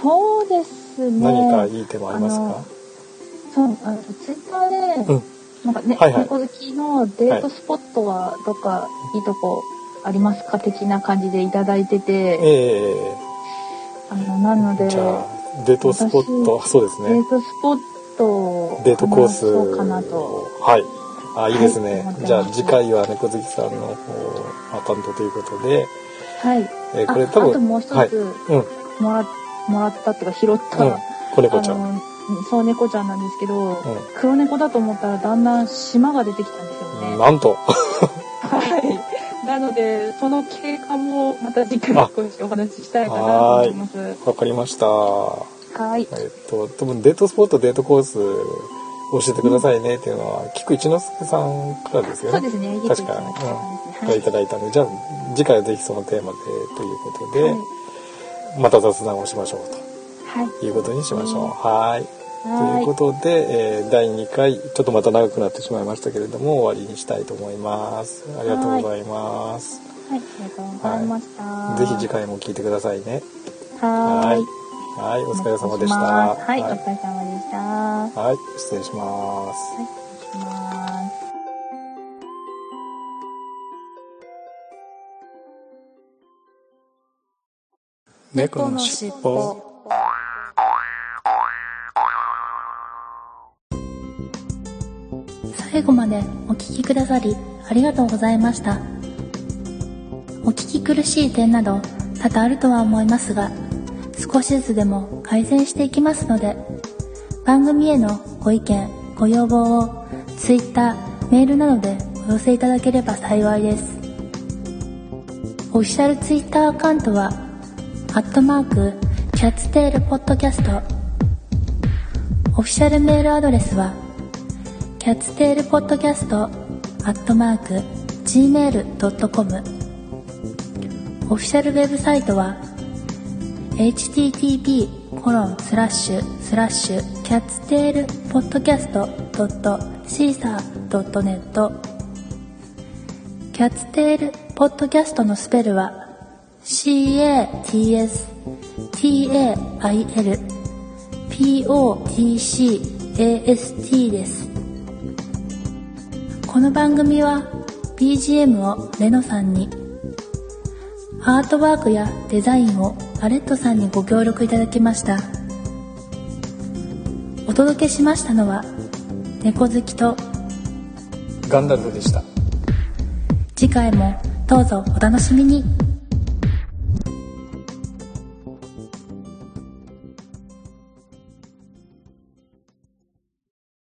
Speaker 2: そうですね。
Speaker 1: 何かいいテーマあります
Speaker 2: あ
Speaker 1: か
Speaker 2: のそう、あの、ツイッターで、
Speaker 1: うん。
Speaker 2: なんかね、
Speaker 1: はいはい
Speaker 2: 猫好きのデートスポットはどっかいいとこありますか的な感じでいただいてて、
Speaker 1: え
Speaker 2: あの、なの
Speaker 1: ー、
Speaker 2: で、
Speaker 1: じ
Speaker 2: デ
Speaker 1: ゃ
Speaker 2: ー
Speaker 1: あ、デートスポット、あそうですね。
Speaker 2: トスポットを
Speaker 1: デートコース
Speaker 2: 話そうかな
Speaker 1: を
Speaker 2: と。
Speaker 1: はい。あ、いいですね。
Speaker 2: はい
Speaker 1: じゃあ次回は猫好きさんの方、ま担当ということで、
Speaker 2: はい。
Speaker 1: えー
Speaker 2: あ
Speaker 1: これ
Speaker 2: あ
Speaker 1: 多分、
Speaker 2: ともう一つ、
Speaker 1: はい。うん、
Speaker 2: もらもらったっていうか拾った、
Speaker 1: うん、子猫ちゃ
Speaker 2: あ
Speaker 1: ん。
Speaker 2: のそう猫ちゃんなんですけど、
Speaker 1: ん
Speaker 2: 黒猫だと思ったらだんだん島が出てきたんですよね。
Speaker 1: なんと、
Speaker 2: はい。なのでその経過もまた次回
Speaker 1: あ
Speaker 2: 少しお話ししたいかなと
Speaker 1: は
Speaker 2: 思
Speaker 1: ーい
Speaker 2: います。
Speaker 1: わかりました。
Speaker 2: はい。
Speaker 1: えっと、多分デートスポット、デートコース、教えてくださいねっていうのは、菊一之助さんからですよね。
Speaker 2: そうですね。
Speaker 1: 確か、うん、が
Speaker 2: はいい。
Speaker 1: ただいたので、じゃあ次回はぜひそのテーマでということで、また雑談をしましょう
Speaker 2: はい。
Speaker 1: ということにしましょう。はい。と
Speaker 2: はい
Speaker 1: いうことで、えー第2回ちょっとまた長くなってしまいましたけれども終わりにしたいと思いますありがとうございます
Speaker 2: はい。ありがとうございました。
Speaker 1: ぜひ次回も聞いてくださいね
Speaker 2: はーい。
Speaker 1: はいお疲れ様でした
Speaker 2: お願いしますはい。お
Speaker 1: は
Speaker 2: 疲
Speaker 1: い
Speaker 2: れ様でした。はい。
Speaker 1: はい、失礼します
Speaker 2: 失礼します。
Speaker 1: 猫
Speaker 3: のしっぽ
Speaker 4: 最後までお聞きくださりありがとうございましたお聞き苦しい点など多々あるとは思いますが少しずつでも改善していきますので番組へのご意見ご要望を Twitter メールなどでお寄せいただければ幸いですオフィシャル Twitter アカウントは「アットマークキャッツテールポッドキャスト」オフィシャルメールアドレスは「キャッツテールポッドキャストアットマーク gmail.com オフィシャルウェブサイトは http コロンスラッシュスラッシュキャッツテールポッドキャストドットシーサードットネットキャッツテールポッドキャストのスペルは CATS TAIL POD POTCAST ですこの番組は BGM をレノさんにアートワークやデザインをアレットさんにご協力いただきましたお届けしましたのは猫好きと
Speaker 1: ガンダルフでした。
Speaker 4: 次回もどうぞお楽しみに